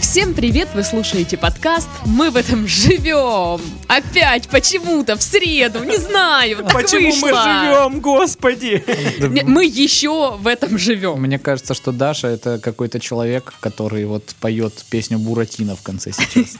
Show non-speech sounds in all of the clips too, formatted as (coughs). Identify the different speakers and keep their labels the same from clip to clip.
Speaker 1: Всем привет, вы слушаете подкаст «Мы в этом живем». Опять почему-то в среду, не знаю, так
Speaker 2: Почему
Speaker 1: вышло.
Speaker 2: мы живем, господи?
Speaker 1: Не, Мы еще в этом живем.
Speaker 3: Мне кажется, что Даша это какой-то человек, который вот поет песню Буратино в конце сейчас.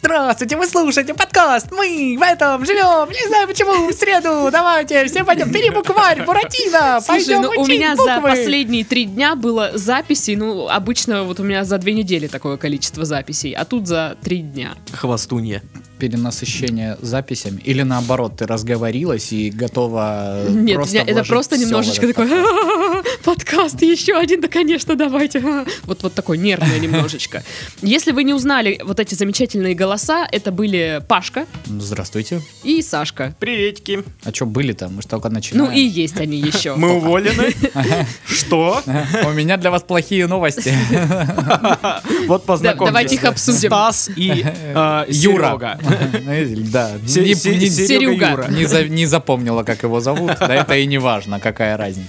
Speaker 2: Здравствуйте, вы слушаете подкаст. Мы в этом живем. Не знаю почему. В среду. Давайте все пойдем. Перебукварь, Буратино.
Speaker 1: Слушай, ну у меня за последние три дня было записей, ну, обычно вот у меня за две недели такое количество записей, а тут за три дня.
Speaker 2: Хвостунья.
Speaker 3: Перенасыщение записями. Или наоборот, ты разговорилась и готова э,
Speaker 1: Нет,
Speaker 3: просто
Speaker 1: меня- это
Speaker 3: вложить
Speaker 1: просто
Speaker 3: всё в
Speaker 1: немножечко
Speaker 3: этот
Speaker 1: такой
Speaker 3: подкаст.
Speaker 1: (laughs) подкаст, еще один, да, конечно, давайте. (laughs) Вот, вот такой
Speaker 3: (laughs)
Speaker 1: нервный немножечко. Если вы не узнали вот эти замечательные голоса, это были Пашка
Speaker 3: Ну, Здравствуйте.
Speaker 1: и Сашка.
Speaker 2: Приветики.
Speaker 3: А что были-то? Мы же только начинаем.
Speaker 1: Ну и есть они еще.
Speaker 2: Мы уволены. Что?
Speaker 3: У меня для вас
Speaker 1: (laughs)
Speaker 3: плохие новости.
Speaker 2: Вот познакомьтесь.
Speaker 1: давайте их обсудим.
Speaker 2: Стас и э,
Speaker 3: Юра.
Speaker 2: Серега.
Speaker 3: (laughs) Да.
Speaker 2: Се-
Speaker 3: Не-
Speaker 2: Се-
Speaker 3: не-
Speaker 1: Серега.
Speaker 2: Серега Юра.
Speaker 3: Не за- не запомнила, как его зовут. Да это и не важно, какая разница.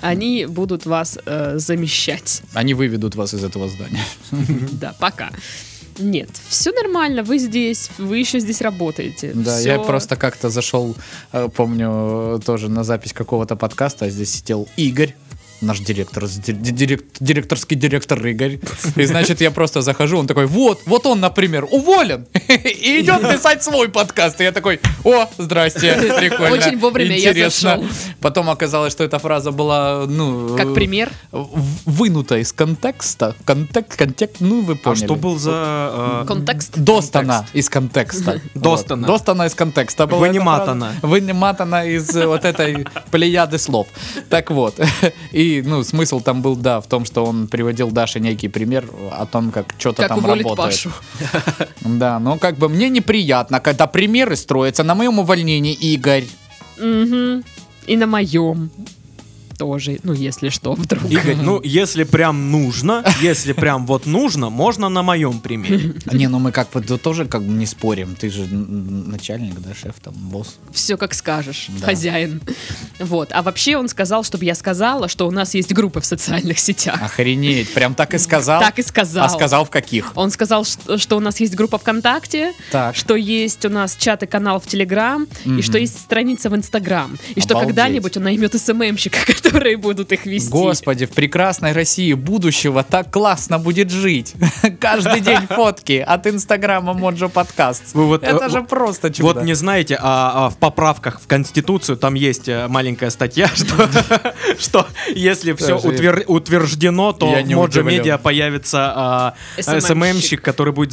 Speaker 1: Они будут вас э, замещать.
Speaker 3: Они выведут вас из этого здания.
Speaker 1: Да, пока. Нет, все нормально, вы здесь, вы еще здесь работаете.
Speaker 3: Да,
Speaker 1: Всё.
Speaker 3: я просто как-то зашел, э, помню, э, тоже на запись какого-то подкаста, а здесь сидел Игорь, наш директор, с- ди- ди- директ- директорский директор Игорь. И значит, я просто захожу, он такой, вот, вот он, например, уволен (laughs) и идет писать свой подкаст. И я такой, о, здрасте, прикольно,
Speaker 1: Очень вовремя я
Speaker 3: интересно».
Speaker 1: зашел.
Speaker 3: Потом оказалось, что эта фраза была, ну...
Speaker 1: Как
Speaker 3: э,
Speaker 1: пример.
Speaker 3: в- Вынута из контекста. Контекст, контекст, ну вы
Speaker 2: А
Speaker 3: поняли.
Speaker 2: что был за... э,
Speaker 1: Контекст.
Speaker 3: Достана из контекста.
Speaker 2: Достана.
Speaker 3: Вот. Достана из контекста. была эта
Speaker 2: Выниматана.
Speaker 3: фраза. Выниматана из э, вот этой плеяды слов. Так вот. (laughs) И, ну, смысл там был, да, в том, что он приводил Даше некий пример о том, как что-то
Speaker 1: Как
Speaker 3: там
Speaker 1: уволить
Speaker 3: работает.
Speaker 1: Пашу.
Speaker 3: Да, но как бы мне неприятно, когда примеры строятся на моем увольнении,
Speaker 1: (laughs)
Speaker 3: Игорь.
Speaker 1: Мгм. И на моем тоже, ну если что, вдруг.
Speaker 2: Игорь, ну, если прям нужно, если прям вот нужно, можно на моем
Speaker 3: (laughs)
Speaker 2: примере.
Speaker 3: Не, ну мы как бы да тоже как бы не спорим. Ты же м, начальник, да, шеф, там, босс.
Speaker 1: Все как скажешь,
Speaker 3: Да.
Speaker 1: хозяин. Вот. А вообще он сказал, чтобы я сказала, что у нас есть группы в социальных сетях.
Speaker 3: Охренеть, прям так и сказал.
Speaker 1: Так и сказал.
Speaker 3: А сказал в каких?
Speaker 1: Он сказал, что, что у нас есть группа ВКонтакте,
Speaker 3: Так.
Speaker 1: что есть у нас чат и канал в Телеграм, и
Speaker 3: Мгм.
Speaker 1: что есть страница в Инстаграм. И что
Speaker 3: Обалдеть.
Speaker 1: когда-нибудь он наймет СММщика, (laughs) которые будут их вести.
Speaker 3: Господи, в прекрасной России будущего так классно будет жить. (laughs) Каждый день фотки от Инстаграма Моджо Подкаст.
Speaker 2: Вы вот,
Speaker 3: Это
Speaker 2: э,
Speaker 3: же просто чудо.
Speaker 2: Вот не знаете, а, а в поправках в Конституцию там есть э, маленькая статья, (laughs) что, что если все
Speaker 3: Даже
Speaker 2: утвер- утверждено, то
Speaker 3: Я
Speaker 2: в
Speaker 3: не
Speaker 2: Моджо
Speaker 3: удивлен.
Speaker 2: Медиа появится а,
Speaker 1: SMM-щик.
Speaker 2: SMM-щик, который будет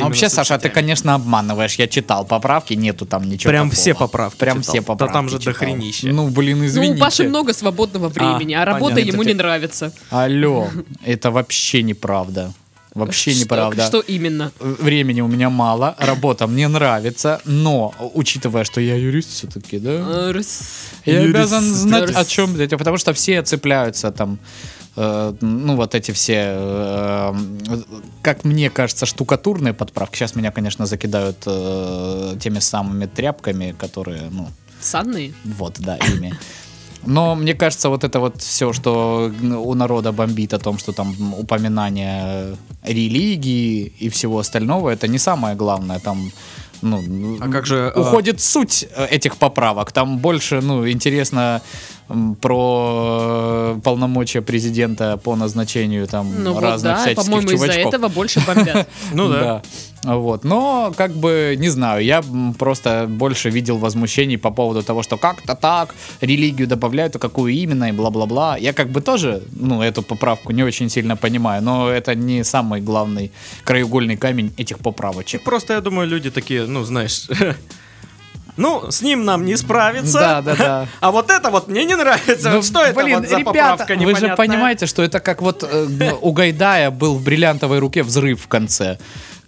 Speaker 3: А
Speaker 2: именно
Speaker 3: Вообще, Саша, ты,
Speaker 2: соцсетями.
Speaker 3: конечно, обманываешь. Я читал поправки, нету там ничего
Speaker 2: Прям
Speaker 3: такого.
Speaker 2: все поправки
Speaker 3: Прям
Speaker 2: читал.
Speaker 3: все
Speaker 2: Да
Speaker 3: поправки
Speaker 2: там же
Speaker 3: читал.
Speaker 2: дохренище.
Speaker 3: Ну, блин,
Speaker 1: Ну,
Speaker 3: извините.
Speaker 1: у Паши много свободного времени, а,
Speaker 2: А,
Speaker 1: работа
Speaker 2: понятно.
Speaker 1: ему
Speaker 3: Это
Speaker 1: не
Speaker 3: те-
Speaker 1: нравится. (laughs)
Speaker 3: Алло, это вообще неправда. Вообще
Speaker 1: Что-
Speaker 3: неправда.
Speaker 1: Что именно?
Speaker 3: Времени у меня мало, работа мне нравится, но, учитывая, что я юрист все-таки, да?
Speaker 1: Э, рс-
Speaker 3: Я
Speaker 2: Юрис-
Speaker 3: обязан знать,
Speaker 1: Юрис.
Speaker 3: о чем речь, потому что все цепляются там, э, ну, вот эти все, э, как мне кажется, штукатурные подправки. Сейчас меня, конечно, закидают э, теми самыми тряпками, которые, ну,
Speaker 1: Санные?
Speaker 3: вот, да, ими. Но мне кажется, вот это вот все, что у народа бомбит о том, что там упоминание религии и всего остального, это не самое главное. Там, ну,
Speaker 2: А как же, э,
Speaker 3: уходит суть э, этих поправок. Там больше, ну, интересно м, про э, полномочия президента по назначению там
Speaker 1: Ну вот,
Speaker 3: разных
Speaker 1: да,
Speaker 3: всяческих
Speaker 1: по-моему, из-за
Speaker 3: чувачков.
Speaker 1: этого больше бомбят.
Speaker 2: Ну да.
Speaker 3: Э, Вот. Но, как бы, не знаю, я м, просто больше видел возмущений по поводу того, что как-то так, религию добавляют, а какую именно, и бла-бла-бла. Я как бы тоже, ну, эту поправку не очень сильно понимаю, но это не самый главный краеугольный камень этих поправочек.
Speaker 2: Просто, я думаю, люди такие, ну, знаешь... (laughs) Ну, с ним нам не справиться.
Speaker 3: Да, да, да.
Speaker 2: А вот это вот мне не нравится.
Speaker 3: Ну,
Speaker 2: Вот что это
Speaker 3: блин,
Speaker 2: вот за
Speaker 3: ребята,
Speaker 2: поправка
Speaker 3: Вы же
Speaker 2: непонятная?
Speaker 3: понимаете, что это как вот э, г- у Гайдая был в бриллиантовой руке взрыв в конце.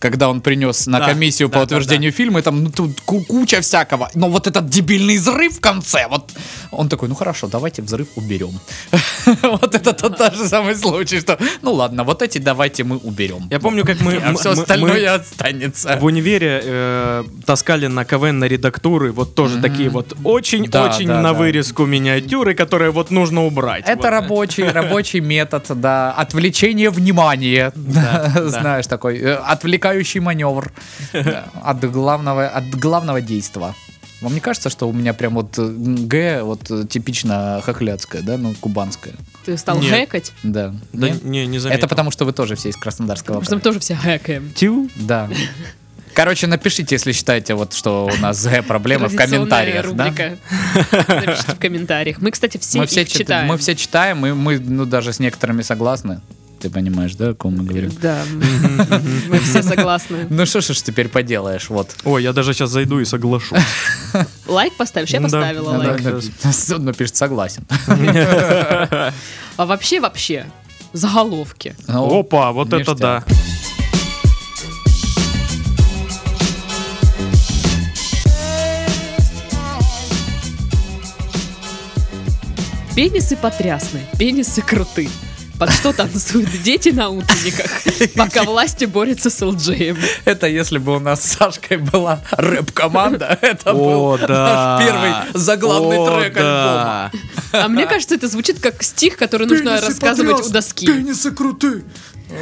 Speaker 4: когда он принес на
Speaker 2: Да,
Speaker 4: комиссию по
Speaker 2: да, да,
Speaker 4: утверждению фильма, и там ну, тут ку- куча всякого. Но вот этот дебильный взрыв в конце, вот он такой, ну хорошо, давайте взрыв уберем. (laughs) Вот это тот же самый случай, что ну ладно, вот эти давайте мы уберем.
Speaker 2: Я помню, как мы...
Speaker 4: (laughs) А
Speaker 2: м-
Speaker 4: все
Speaker 2: мы- мы-
Speaker 4: остальное останется.
Speaker 2: В универе э, таскали на КВН на редактуры вот тоже такие вот очень-очень
Speaker 4: Да, да, да.
Speaker 2: на вырезку миниатюры, которые вот нужно убрать.
Speaker 4: Это
Speaker 2: Вот. (laughs)
Speaker 4: рабочий, рабочий метод, да. Отвлечение внимания. (laughs)
Speaker 2: да.
Speaker 4: Знаешь, такой э, отвлекающий маневр да, от главного, от главного действа. Вам не кажется, что у меня прям вот э, Г вот э, типично хохляцкая, да, ну, кубанская,
Speaker 1: Ты стал
Speaker 2: Нет.
Speaker 1: хэкать?
Speaker 4: да.
Speaker 2: Да,
Speaker 4: Нет?
Speaker 2: не, не заметил.
Speaker 4: Это потому, что вы тоже все из Краснодарского
Speaker 1: Потому что мы
Speaker 4: края.
Speaker 1: тоже все хэкаем.
Speaker 2: Тю.
Speaker 4: Да. Короче, напишите, если считаете, вот, что у нас
Speaker 3: (laughs)
Speaker 4: Г проблема в
Speaker 1: Традиционная
Speaker 4: комментариях, да?
Speaker 1: рубрика. Напишите в комментариях. Мы, кстати, все
Speaker 4: мы все
Speaker 1: их
Speaker 4: чит-
Speaker 1: читаем.
Speaker 4: Мы все читаем, и мы, ну, даже с некоторыми согласны. Ты понимаешь, да, о ком мы говорим?
Speaker 1: Да, (laughs) мы все согласны.
Speaker 4: Ну что ж ж теперь поделаешь, вот.
Speaker 2: Ой, я даже сейчас зайду и соглашусь.
Speaker 1: Лайк поставишь? Я
Speaker 2: Да.
Speaker 1: поставила
Speaker 2: Да,
Speaker 1: лайк.
Speaker 2: да.
Speaker 4: Напи- (laughs) Судно пишет Ну, согласен.
Speaker 1: А вообще, вообще, заголовки.
Speaker 4: (laughs) Ну,
Speaker 2: Опа, вот это
Speaker 4: ништяк.
Speaker 2: да.
Speaker 1: Пенисы потрясны, пенисы круты. Под что танцуют дети на утренниках, пока власти борются с ЛДЖем?
Speaker 4: Это если бы у нас с Сашкой была рэп-команда, (laughs) это
Speaker 2: О,
Speaker 4: был
Speaker 2: да.
Speaker 4: наш первый заглавный
Speaker 2: А, О,
Speaker 4: трек альбома.
Speaker 2: да.
Speaker 1: А мне кажется, это звучит как стих, который нужно рассказывать у доски.
Speaker 4: Пенисы крутые.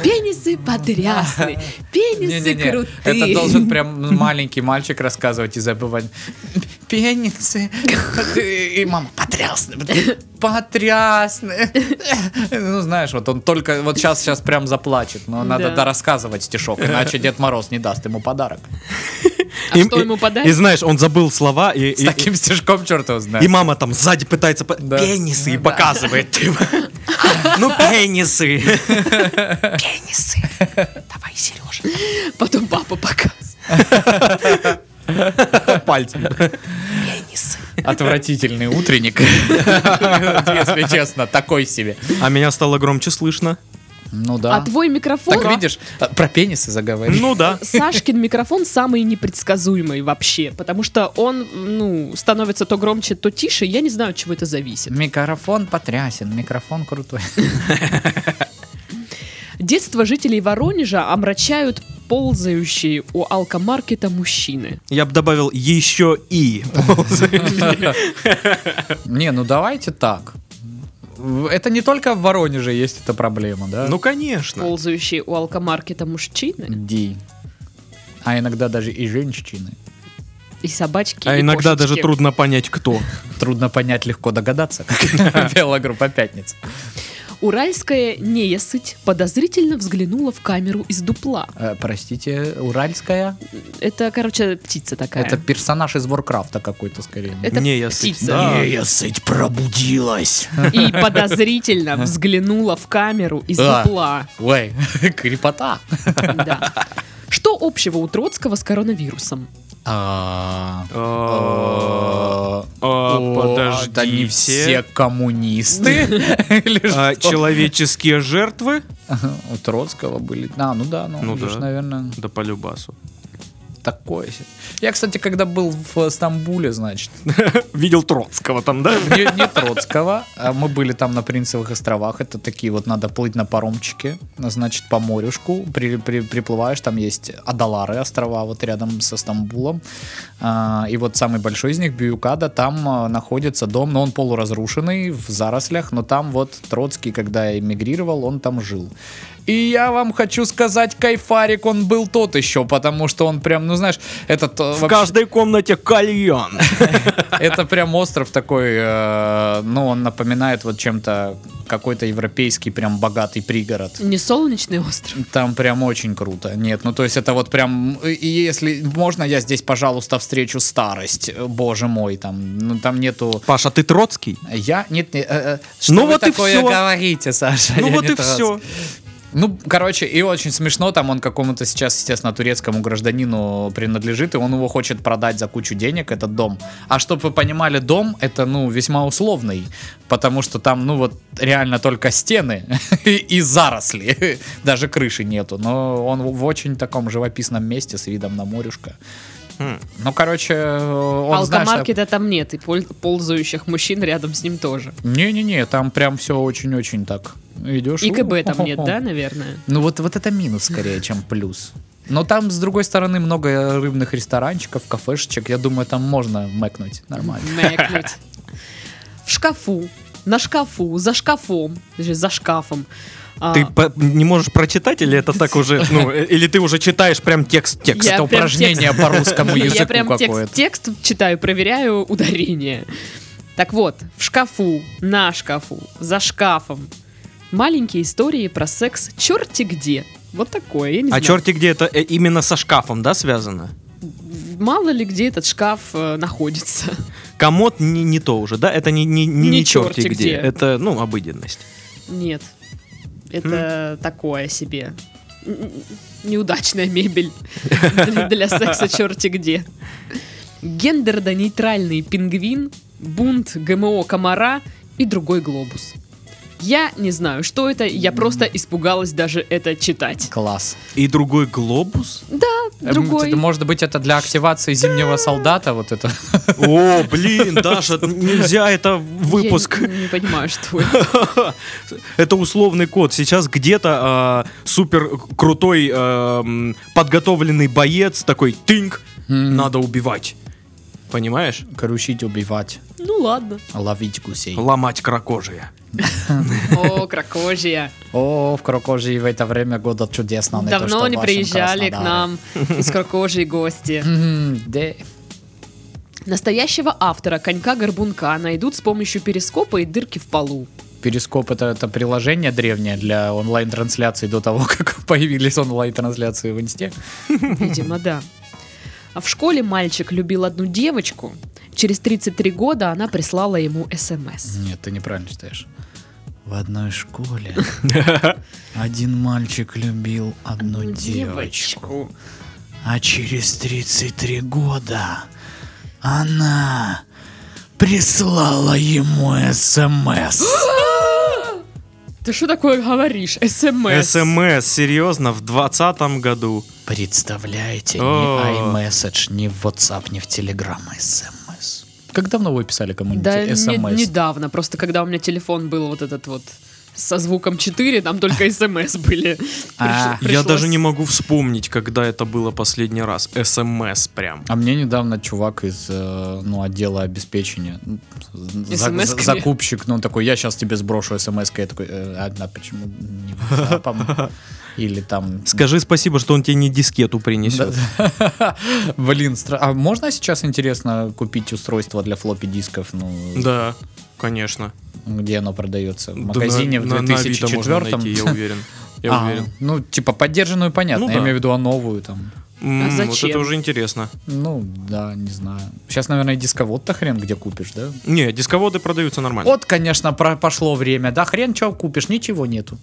Speaker 1: Пенисы потрясны, пенисы
Speaker 4: Не-не-не,
Speaker 1: крутые.
Speaker 4: это должен прям маленький мальчик рассказывать и забывать. Пенисы. И мама, потрясны. Потрясны. Ну, знаешь, вот он только, вот сейчас, сейчас прям заплачет. Но надо
Speaker 1: Да.
Speaker 4: да, рассказывать стишок, иначе Дед Мороз не даст ему подарок.
Speaker 1: А
Speaker 2: И-
Speaker 1: что
Speaker 2: и-
Speaker 1: ему
Speaker 2: И
Speaker 1: подарить?
Speaker 2: знаешь, он забыл слова, и,
Speaker 4: С
Speaker 2: и,
Speaker 4: таким стишком черт его
Speaker 2: и
Speaker 4: знает.
Speaker 2: мама там сзади пытается по-
Speaker 4: Да.
Speaker 2: пенисы и показывает. типа.
Speaker 4: (laughs)
Speaker 2: Ну, пенисы.
Speaker 1: Потом папа показ.
Speaker 2: Пальцем.
Speaker 4: Отвратительный утренник. (laughs) Если честно, такой себе.
Speaker 2: А меня стало громче слышно.
Speaker 4: Ну
Speaker 1: А
Speaker 4: да.
Speaker 1: твой микрофон...
Speaker 4: Так видишь, э, про пенисы заговорили.
Speaker 2: Ну да.
Speaker 1: Сашкин микрофон самый непредсказуемый вообще, потому что он, ну, становится то громче, то тише. Я не знаю, от чего это зависит.
Speaker 4: Микрофон потрясен, микрофон крутой.
Speaker 1: Детство жителей Воронежа омрачают ползающие у алкомаркета мужчины.
Speaker 2: Я бы добавил еще и.
Speaker 4: Не, ну давайте так. В- Это не только в Воронеже есть эта проблема, да?
Speaker 2: (laughs) Ну, конечно.
Speaker 1: Ползающие у алкомаркета мужчины
Speaker 4: Ди. А иногда даже и женщины.
Speaker 1: и собачки.
Speaker 2: А
Speaker 1: и
Speaker 2: иногда
Speaker 1: кошечки.
Speaker 2: даже трудно понять, кто.
Speaker 4: Трудно понять, легко догадаться, (laughs) как пела группа «Пятница».
Speaker 1: Уральская неясыть подозрительно взглянула в камеру из дупла.
Speaker 4: Э, Простите, Уральская?
Speaker 1: Это, короче, птица такая.
Speaker 4: Это персонаж из Воркрафта какой-то, скорее.
Speaker 1: Это
Speaker 2: Не, я
Speaker 1: птица.
Speaker 2: сыт. Да.
Speaker 4: я сыть пробудилась.
Speaker 1: И подозрительно взглянула в камеру из
Speaker 4: А.
Speaker 1: дупла.
Speaker 4: Ой, (laughs) крепота.
Speaker 1: Да. Что общего у Троцкого с коронавирусом?
Speaker 4: А,
Speaker 2: А,
Speaker 4: э,
Speaker 2: а,
Speaker 4: о, Да не все
Speaker 2: Подождите.
Speaker 4: коммунисты. Или
Speaker 2: А,
Speaker 4: что?
Speaker 2: Человеческие жертвы?
Speaker 4: (laughs) У Троцкого были. А, ну да, ну,
Speaker 2: Ну
Speaker 4: видишь,
Speaker 2: да.
Speaker 4: наверное,
Speaker 2: Да по любасу.
Speaker 4: такое. себе. Я, кстати, когда был в Стамбуле, значит,
Speaker 2: Видел Троцкого там, да?
Speaker 4: не, не Троцкого, а мы были там на Принцевых островах, это такие вот надо плыть на паромчике, значит, по морюшку, при- при- приплываешь, там есть Адалары острова вот рядом со Стамбулом, А, и вот самый большой из них, Бьюкада, там а, находится дом, но он полуразрушенный, в зарослях, но там вот Троцкий, когда эмигрировал, он там жил. И я вам хочу сказать, кайфарик он был тот еще, потому что он прям, ну знаешь, этот... э,
Speaker 2: В
Speaker 4: вообще-
Speaker 2: каждой комнате кальян.
Speaker 4: это прям остров такой, э, ну, он напоминает вот чем-то какой-то европейский прям богатый пригород.
Speaker 1: Не солнечный остров.
Speaker 4: Там прям очень круто. Нет, ну то есть это вот прям, и если можно, я здесь, пожалуйста, встречу старость. Боже мой, там, ну там нету.
Speaker 2: Паша, ты Троцкий?
Speaker 4: Я нет, не, э, э,
Speaker 2: Ну
Speaker 4: что вы
Speaker 2: вот и
Speaker 4: такое
Speaker 2: всё.
Speaker 4: говорите, Саша.
Speaker 2: Ну
Speaker 4: Я
Speaker 2: вот
Speaker 4: не
Speaker 2: и
Speaker 4: трас.
Speaker 2: все.
Speaker 4: Ну, короче, и очень смешно, там он какому-то сейчас, естественно, турецкому гражданину принадлежит, и он его хочет продать за кучу денег, этот дом. А чтобы вы понимали, дом, это, ну, весьма условный, потому что там, ну, вот реально только стены (laughs) и, и заросли, (laughs) даже крыши нету, но он в очень таком живописном месте с видом на морюшко.
Speaker 2: Хм.
Speaker 4: Ну, короче, он знаешь, так-
Speaker 1: Алкомаркета там нет, и пол- ползающих мужчин рядом с ним тоже.
Speaker 4: Не-не-не, там прям все очень-очень так. Идешь.
Speaker 1: И
Speaker 4: у,
Speaker 1: КБ там нет, да,
Speaker 4: хо-хо-хо.
Speaker 1: наверное?
Speaker 4: Ну вот, вот это минус скорее, чем плюс. Но там, с другой стороны, много рыбных ресторанчиков, кафешечек. Я думаю, там можно мэкнуть нормально.
Speaker 1: Мэкнуть. В шкафу, на шкафу, за шкафом, даже за шкафом. А,
Speaker 2: Ты по- не можешь прочитать, или это так уже, ну, э, или ты уже читаешь прям текст, текст.
Speaker 1: Я
Speaker 4: Это
Speaker 1: прям
Speaker 4: упражнение по
Speaker 1: (laughs)
Speaker 4: русскому
Speaker 1: Я
Speaker 4: языку
Speaker 1: прям текст,
Speaker 4: какое-то.
Speaker 1: текст читаю, проверяю ударение. Так вот, в шкафу, на шкафу, за шкафом. Маленькие истории про секс черти где. Вот такое, я не
Speaker 2: А
Speaker 1: знаю.
Speaker 2: черти где это э, именно со шкафом, да, связано?
Speaker 1: Мало ли где этот шкаф э, находится.
Speaker 2: Комод не, не то уже, да? Это не, не, не,
Speaker 1: Не
Speaker 2: не черти
Speaker 1: черти
Speaker 2: где.
Speaker 1: где.
Speaker 2: Это, ну, обыденность.
Speaker 1: Нет. Это такое себе. Н- н- Неудачная мебель для для секса черти где. Гендерно-нейтральный пингвин, бунт ГМО комара и другой глобус. Я не знаю, что это, я просто испугалась даже это читать.
Speaker 4: Класс.
Speaker 2: И другой глобус?
Speaker 4: Эм,
Speaker 1: Другой.
Speaker 4: это, Может быть, это для активации зимнего солдата вот это. (laughs)
Speaker 2: О, блин, Даша, нельзя это выпуск.
Speaker 1: Я не, не понимаю, что это.
Speaker 2: Это условный код. Сейчас где-то э, супер крутой э, м, подготовленный боец такой тынк, надо убивать. Понимаешь?
Speaker 4: Крушить, убивать,
Speaker 1: Ну ладно.
Speaker 4: ловить гусей.
Speaker 2: Ломать крокожие.
Speaker 1: О, крокожья.
Speaker 4: О, в Крокожии в это время года чудесно. не то,
Speaker 1: Давно
Speaker 4: что в
Speaker 1: не
Speaker 4: вашем
Speaker 1: приезжали к
Speaker 4: Краснодаре.
Speaker 1: нам из крокожьей гости.
Speaker 4: М, да.
Speaker 1: Настоящего автора конька-горбунка найдут с помощью перископа и дырки в
Speaker 2: (laughs)
Speaker 1: полу.
Speaker 4: Перископ это, это приложение древнее для онлайн-трансляций до того, (laughs) как появились онлайн-трансляции в инсте.
Speaker 1: Видимо, да. А в школе мальчик любил одну девочку. Через 33 года она прислала ему эм СМС.
Speaker 4: Нет, ты неправильно читаешь. В одной (laughs) школе один мальчик любил
Speaker 2: Ну,
Speaker 4: одну Ну, девочку, а через 33 года она прислала ему
Speaker 1: (gasps)
Speaker 4: эм СМС.
Speaker 1: Ты что такое говоришь? эм СМС.
Speaker 2: СМС, серьезно, в двадцатом году.
Speaker 4: Представляете, ни
Speaker 2: О.
Speaker 4: iMessage, ни в WhatsApp, ни в Telegram СМС. Как давно вы писали
Speaker 1: Да,
Speaker 4: кому-нибудь
Speaker 1: не-
Speaker 2: эм
Speaker 4: СМС?
Speaker 1: недавно. Просто когда у меня телефон был вот этот вот со звуком 4, там
Speaker 2: (laughs)
Speaker 1: только СМС были.
Speaker 4: А,
Speaker 1: Приш-
Speaker 2: Я
Speaker 1: пришлось.
Speaker 2: даже не могу вспомнить, когда это было последний раз. СМС прям.
Speaker 4: А мне недавно чувак из э, ну, отдела обеспечения, ну, за- за-
Speaker 1: СМС-ками.
Speaker 4: закупщик, ну он такой, я сейчас тебе сброшу смс Я такой, «Э, одна почему не взяла,
Speaker 2: (laughs)
Speaker 4: по-моему?» Или там...
Speaker 2: Скажи спасибо, что он тебе не дискету принесет.
Speaker 4: Да. Блин, стра- а можно сейчас, интересно, купить устройство для флоппи дисков, ну,
Speaker 2: Да, конечно.
Speaker 4: где оно продается? В
Speaker 2: Да,
Speaker 4: магазине
Speaker 2: на-
Speaker 4: в
Speaker 2: на Авито можно
Speaker 4: 2004
Speaker 2: найти, я уверен. Я
Speaker 4: А,
Speaker 2: (laughs) уверен.
Speaker 4: Ну, типа, поддержанную, понятно,
Speaker 2: Ну
Speaker 4: я
Speaker 2: да.
Speaker 4: имею в виду, а новую там...
Speaker 2: М, Вот
Speaker 1: зачем?
Speaker 2: это уже интересно.
Speaker 4: Ну, да, не знаю. Сейчас, наверное, и дисковод-то хрен где купишь, да?
Speaker 2: Не, дисководы продаются нормально.
Speaker 4: Вот, конечно, про- пошло время. Да хрен чего купишь, ничего нету.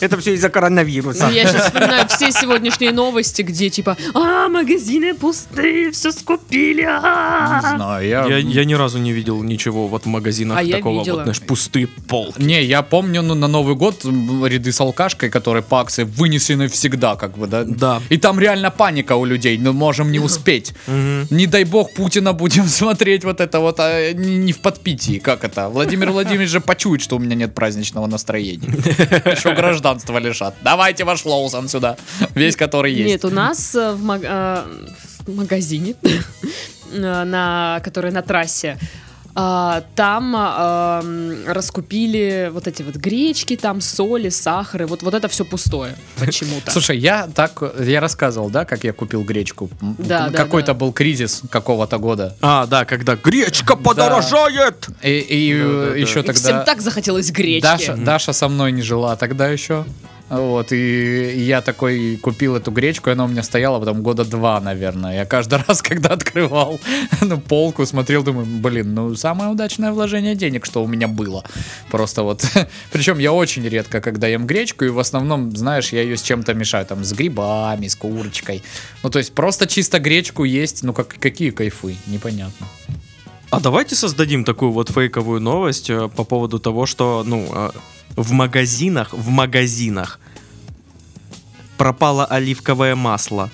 Speaker 2: Это все из-за
Speaker 1: Ну,
Speaker 2: коронавируса.
Speaker 1: я сейчас вспоминаю все сегодняшние новости, где типа, а, магазины пустые, все скупили,
Speaker 4: Не
Speaker 1: а».
Speaker 4: знаю, я...
Speaker 2: Я, я ни разу не видел ничего вот в магазинах
Speaker 1: А я
Speaker 2: такого,
Speaker 1: видела.
Speaker 2: вот, знаешь, пустые полки.
Speaker 4: Не, я помню ну, на Новый год м, ряды с алкашкой, которые по акции вынесены всегда, как бы, да?
Speaker 2: Да.
Speaker 4: И там реально паника у людей, но можем не успеть.
Speaker 2: Мгм.
Speaker 4: Не дай бог Путина будем (laughs) смотреть вот это вот, а, не, не в подпитии, как это? Владимир Владимирович же почует, что у меня нет праздничного настроения. Еще гражданство лишат. Давайте ваш Лоусон сюда, весь который есть.
Speaker 1: Нет, у нас э, в, маг- э, в магазине, (laughs) э, на, который на трассе, а, там а, м, раскупили вот эти вот гречки, там соли, сахары, вот, вот это все
Speaker 4: (laughs)
Speaker 1: пустое почему-то.
Speaker 4: Слушай, я так, я рассказывал, да, как я купил гречку. М,
Speaker 1: Да, да,
Speaker 4: Какой-то
Speaker 1: да.
Speaker 4: был кризис какого-то года.
Speaker 2: А, да, когда гречка подорожает!
Speaker 4: И, и,
Speaker 2: Да, да,
Speaker 4: э,
Speaker 2: да.
Speaker 4: еще
Speaker 1: И всем
Speaker 4: тогда ну,
Speaker 1: так захотелось гречки.
Speaker 4: Даша, Даша со мной не жила тогда еще. Вот, и я такой купил эту гречку, и она у меня стояла потом года два, наверное. Я каждый (laughs) раз, когда открывал ну, полку, смотрел, думаю, блин, ну самое удачное вложение денег, что у меня было. Просто вот. (laughs) Причем я очень редко, когда ем гречку, и в основном, знаешь, я ее с чем-то мешаю, там, с грибами, с курочкой. Ну, то есть просто чисто гречку есть, ну, как, какие кайфы, непонятно.
Speaker 2: А давайте создадим такую вот фейковую новость э, по поводу того, что, ну, э, в магазинах, в магазинах пропало оливковое масло.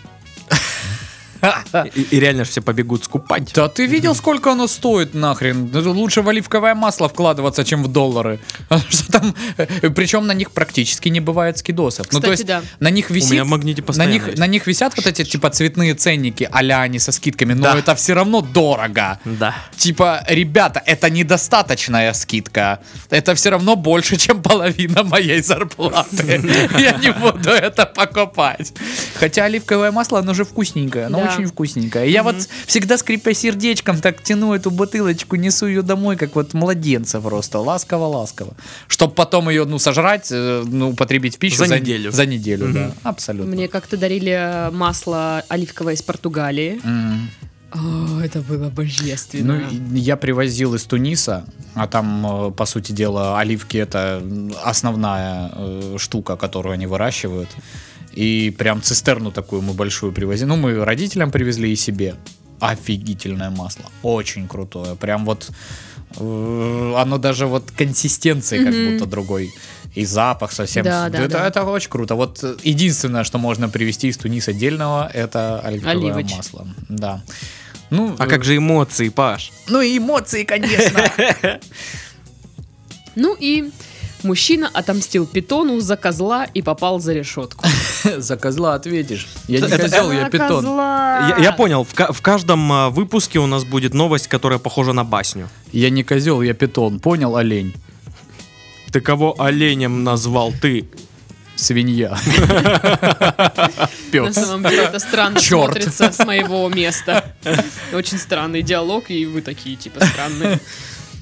Speaker 2: И, и реально же все побегут скупать.
Speaker 4: Да ты видел, сколько оно стоит нахрен? Да тут Лучше в оливковое масло вкладываться, чем в доллары. (laughs) Потому что там, э, причем на них практически не бывает скидосов. ну,
Speaker 1: Кстати,
Speaker 4: то есть
Speaker 1: да.
Speaker 4: на них висит...
Speaker 2: меня в магните
Speaker 4: на
Speaker 2: постоянно
Speaker 4: них,
Speaker 2: есть.
Speaker 4: на них висят вот эти типа цветные ценники, а-ля они со скидками, но
Speaker 2: Да.
Speaker 4: это все равно дорого.
Speaker 2: Да.
Speaker 4: Типа, ребята, это недостаточная скидка. Это все равно больше, чем половина моей
Speaker 2: (laughs)
Speaker 4: зарплаты. Я не буду это покупать. Хотя оливковое масло, оно же вкусненькое. Оно
Speaker 1: Да.
Speaker 4: очень вкусненькое. Я вот всегда, скрипя сердечком, так тяну эту бутылочку, несу ее домой, как вот младенца просто. Ласково-ласково. Чтоб потом ее, ну, сожрать, э, ну, употребить в пищу.
Speaker 2: За неделю.
Speaker 4: За неделю, да.
Speaker 2: Мгм.
Speaker 4: Абсолютно.
Speaker 1: Мне как-то дарили э, масло оливковое из Португалии.
Speaker 4: М.
Speaker 1: О, это было
Speaker 4: Ну,
Speaker 1: божественно.
Speaker 4: и- я привозил из Туниса, а там, э, по сути дела, оливки это м, основная э, штука, которую они выращивают. И прям цистерну такую мы большую привозили. Ну, мы родителям привезли и себе. Офигительное масло. Очень крутое. Прям вот э, оно даже вот консистенции как
Speaker 1: Мгм.
Speaker 4: будто другой. И запах совсем.
Speaker 1: Да,
Speaker 4: с-
Speaker 1: да,
Speaker 4: это,
Speaker 1: да.
Speaker 4: это очень круто. Вот э, единственное, что можно привезти из Туниса отдельного, это оливковое
Speaker 1: Оливыч.
Speaker 4: масло. Да. Ну,
Speaker 2: А
Speaker 4: э,
Speaker 2: как же эмоции, Паш?
Speaker 4: ну и эмоции, конечно.
Speaker 1: Ну и мужчина отомстил питону за козла и попал за решетку.
Speaker 4: (laughs) За козла ответишь. Я не
Speaker 2: Это-
Speaker 4: козел, я
Speaker 1: За
Speaker 4: питон.
Speaker 1: козла!
Speaker 2: Я, я понял, в, ка- в каждом а, выпуске у нас будет новость, которая похожа на басню.
Speaker 4: Я не козел, я питон. Понял, олень?
Speaker 2: Ты кого оленем назвал? Ты
Speaker 4: Свинья.
Speaker 1: На
Speaker 4: Пес.
Speaker 1: самом деле это странно
Speaker 4: (laughs) Чёрт.
Speaker 1: смотрится с моего места. Очень странный диалог, и вы такие, типа, странные.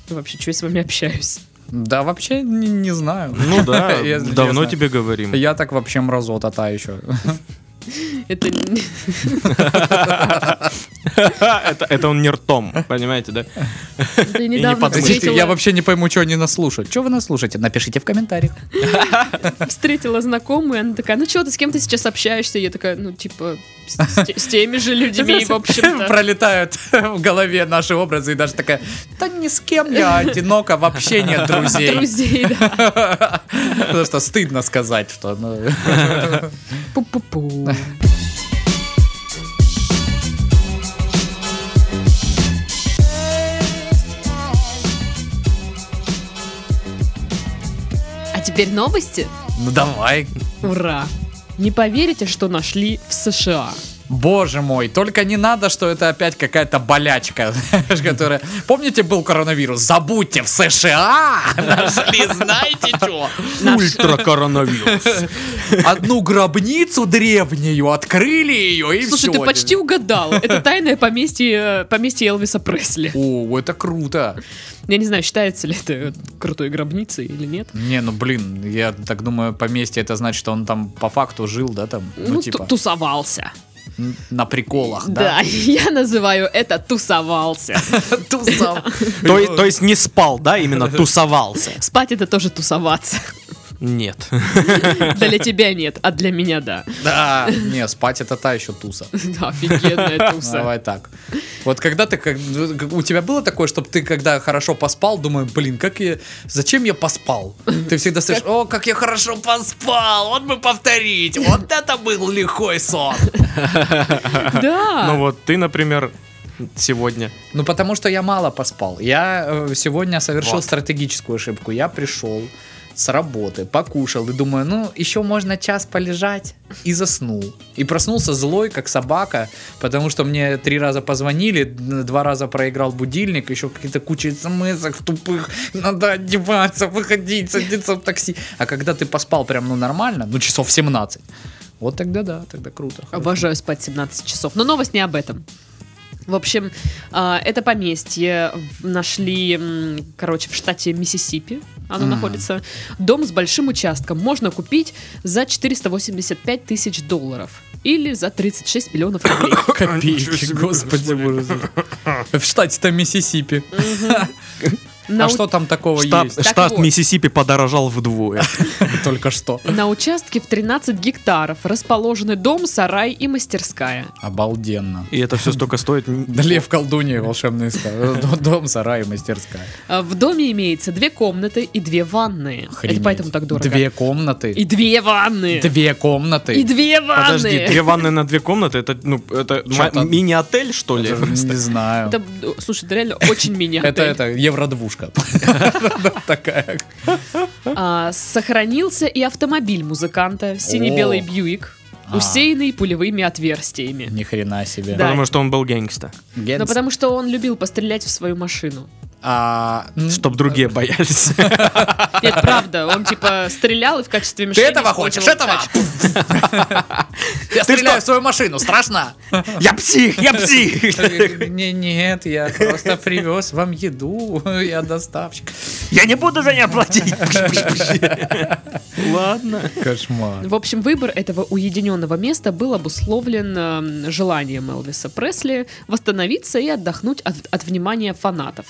Speaker 1: Вообще, что я с вами общаюсь?
Speaker 4: Да, вообще не, не знаю.
Speaker 2: Ну да, (laughs)
Speaker 4: Если
Speaker 2: давно
Speaker 4: честно.
Speaker 2: тебе говорим.
Speaker 4: Я так вообще мразота та еще.
Speaker 1: Это не-
Speaker 2: (laughs) Это это он не ртом, понимаете, да?
Speaker 1: это я недавно
Speaker 2: подумаешь.
Speaker 1: встретила,
Speaker 4: Я вообще не пойму, что они нас слушают. Что вы нас слушаете? Напишите в комментариях.
Speaker 1: встретила знакомую, и она такая, ну что, ты с кем ты сейчас общаешься? И я такая, ну, типа, с, с те- с теми же
Speaker 4: (laughs)
Speaker 1: людьми, в общем-то.
Speaker 4: Пролетают (laughs) в голове наши образы и даже такая, да ни с кем я одинока, вообще нет (laughs) друзей.
Speaker 1: Друзей, да.
Speaker 4: Потому что стыдно сказать, что... ну,
Speaker 1: Пу-пу-пу. А теперь новости.
Speaker 4: (laughs) Ну давай,
Speaker 1: Ура! Не поверите, что нашли в США.
Speaker 4: Боже мой, только не надо, что это опять какая-то болячка, (laughs) знаешь, которая... Помните, был коронавирус? Забудьте, в США нашли, знаете что?
Speaker 2: Ультра коронавирус.
Speaker 4: Одну гробницу древнюю, открыли ее и
Speaker 1: Слушай,
Speaker 4: все.
Speaker 1: ты почти угадал. Это тайное поместье, э, поместье Элвиса Пресли.
Speaker 4: О, это круто.
Speaker 1: Я не знаю, считается ли это крутой гробницей или нет.
Speaker 4: Не, ну блин, я так думаю, поместье это значит, что он там по факту жил, да, там? Ну,
Speaker 1: Ну, ту-
Speaker 4: типа,
Speaker 1: тусовался.
Speaker 4: н- на приколах,
Speaker 1: Да, (laughs)
Speaker 4: да?
Speaker 1: я называю это тусовался.
Speaker 4: Тусал.
Speaker 2: То е- то есть не спал, да, именно (laughs) тусовался?
Speaker 1: Спать это тоже тусоваться.
Speaker 2: Нет.
Speaker 1: Для тебя нет, а для меня да. (laughs)
Speaker 4: Да, не, спать это та еще туса. (laughs)
Speaker 1: Да, Офигенная туса.
Speaker 4: Давай так. Вот когда ты, как, у тебя было такое, чтобы ты когда хорошо поспал, думаю, блин, как я, зачем я поспал? Ты всегда слышишь, о, как я хорошо поспал, вот бы повторить, вот это был лихой сон.
Speaker 2: Ну
Speaker 1: Да.
Speaker 2: вот ты, например, сегодня.
Speaker 4: Ну, потому что я мало поспал. Я э, сегодня совершил
Speaker 2: Вот.
Speaker 4: стратегическую ошибку. Я пришел с работы, покушал и думаю, ну, еще можно час полежать. И заснул. И проснулся злой, как собака, потому что мне три раза позвонили, д- два раза проиграл будильник, еще какие-то куча смс тупых, надо одеваться, выходить, садиться в такси. А когда ты поспал прям, ну, нормально, ну, часов 17, вот тогда да, тогда круто. хорошо.
Speaker 1: Обожаю спать 17 часов. Но новость не об этом. В общем, а, это поместье в- нашли, м, короче, в штате Миссисипи. Оно
Speaker 4: Мгм.
Speaker 1: находится. Дом с большим участком можно купить за 485 тысяч долларов или за 36 миллионов рублей.
Speaker 2: Ничего
Speaker 4: Копейки,
Speaker 2: себе,
Speaker 4: господи боже. В штате-то Миссисипи.
Speaker 1: На
Speaker 4: (coughs) а
Speaker 1: у-
Speaker 4: что там такого
Speaker 2: Штаб-
Speaker 4: есть?
Speaker 1: Так
Speaker 2: штат
Speaker 1: вот.
Speaker 2: Миссисипи подорожал вдвое.
Speaker 4: Только что.
Speaker 1: На участке в 13 гектаров расположены дом, сарай и мастерская.
Speaker 4: Обалденно.
Speaker 2: И это все столько стоит.
Speaker 4: Да Лев колдунья, волшебный ста- д- дом, сарай, и мастерская.
Speaker 1: А, В доме имеется две комнаты и две ванны. Это
Speaker 4: Охренеть.
Speaker 1: поэтому так дорого.
Speaker 4: Две комнаты.
Speaker 1: И две ванны.
Speaker 4: Две
Speaker 1: И
Speaker 4: комнаты.
Speaker 1: две ванны.
Speaker 2: Подожди, две ванны на две комнаты, это, ну, это
Speaker 4: Чё
Speaker 2: ма-
Speaker 4: там?
Speaker 2: мини-отель, что ли?
Speaker 4: Даже Не знаю.
Speaker 1: Это, э, слушай, это реально очень меня.
Speaker 4: Это, это, (laughs) евродвушка. Такая.
Speaker 1: А, сохранился и автомобиль музыканта сине-белый
Speaker 4: О.
Speaker 1: Бьюик,
Speaker 4: А.
Speaker 1: усеянный пулевыми отверстиями.
Speaker 4: Ни хрена себе.
Speaker 1: Да.
Speaker 2: Потому что он был гэнгста.
Speaker 1: Но потому что он любил пострелять в свою машину.
Speaker 4: А, м,
Speaker 2: Чтоб
Speaker 4: (laughs)
Speaker 2: другие боялись.
Speaker 1: Нет, правда, он типа стрелял и в качестве мишени
Speaker 4: этого хочешь,
Speaker 1: использовал
Speaker 4: этого?
Speaker 1: тачку.
Speaker 4: Я стреляю в свою машину, страшно?
Speaker 2: Я псих, я псих!
Speaker 4: (laughs) Не, нет, я просто привез вам еду, (laughs) я доставщик.
Speaker 2: Я не буду за нее платить. Ладно.
Speaker 4: Кошмар.
Speaker 1: В общем, выбор этого уединенного места был обусловлен эм, желанием Элвиса Пресли восстановиться и отдохнуть от, от внимания фанатов.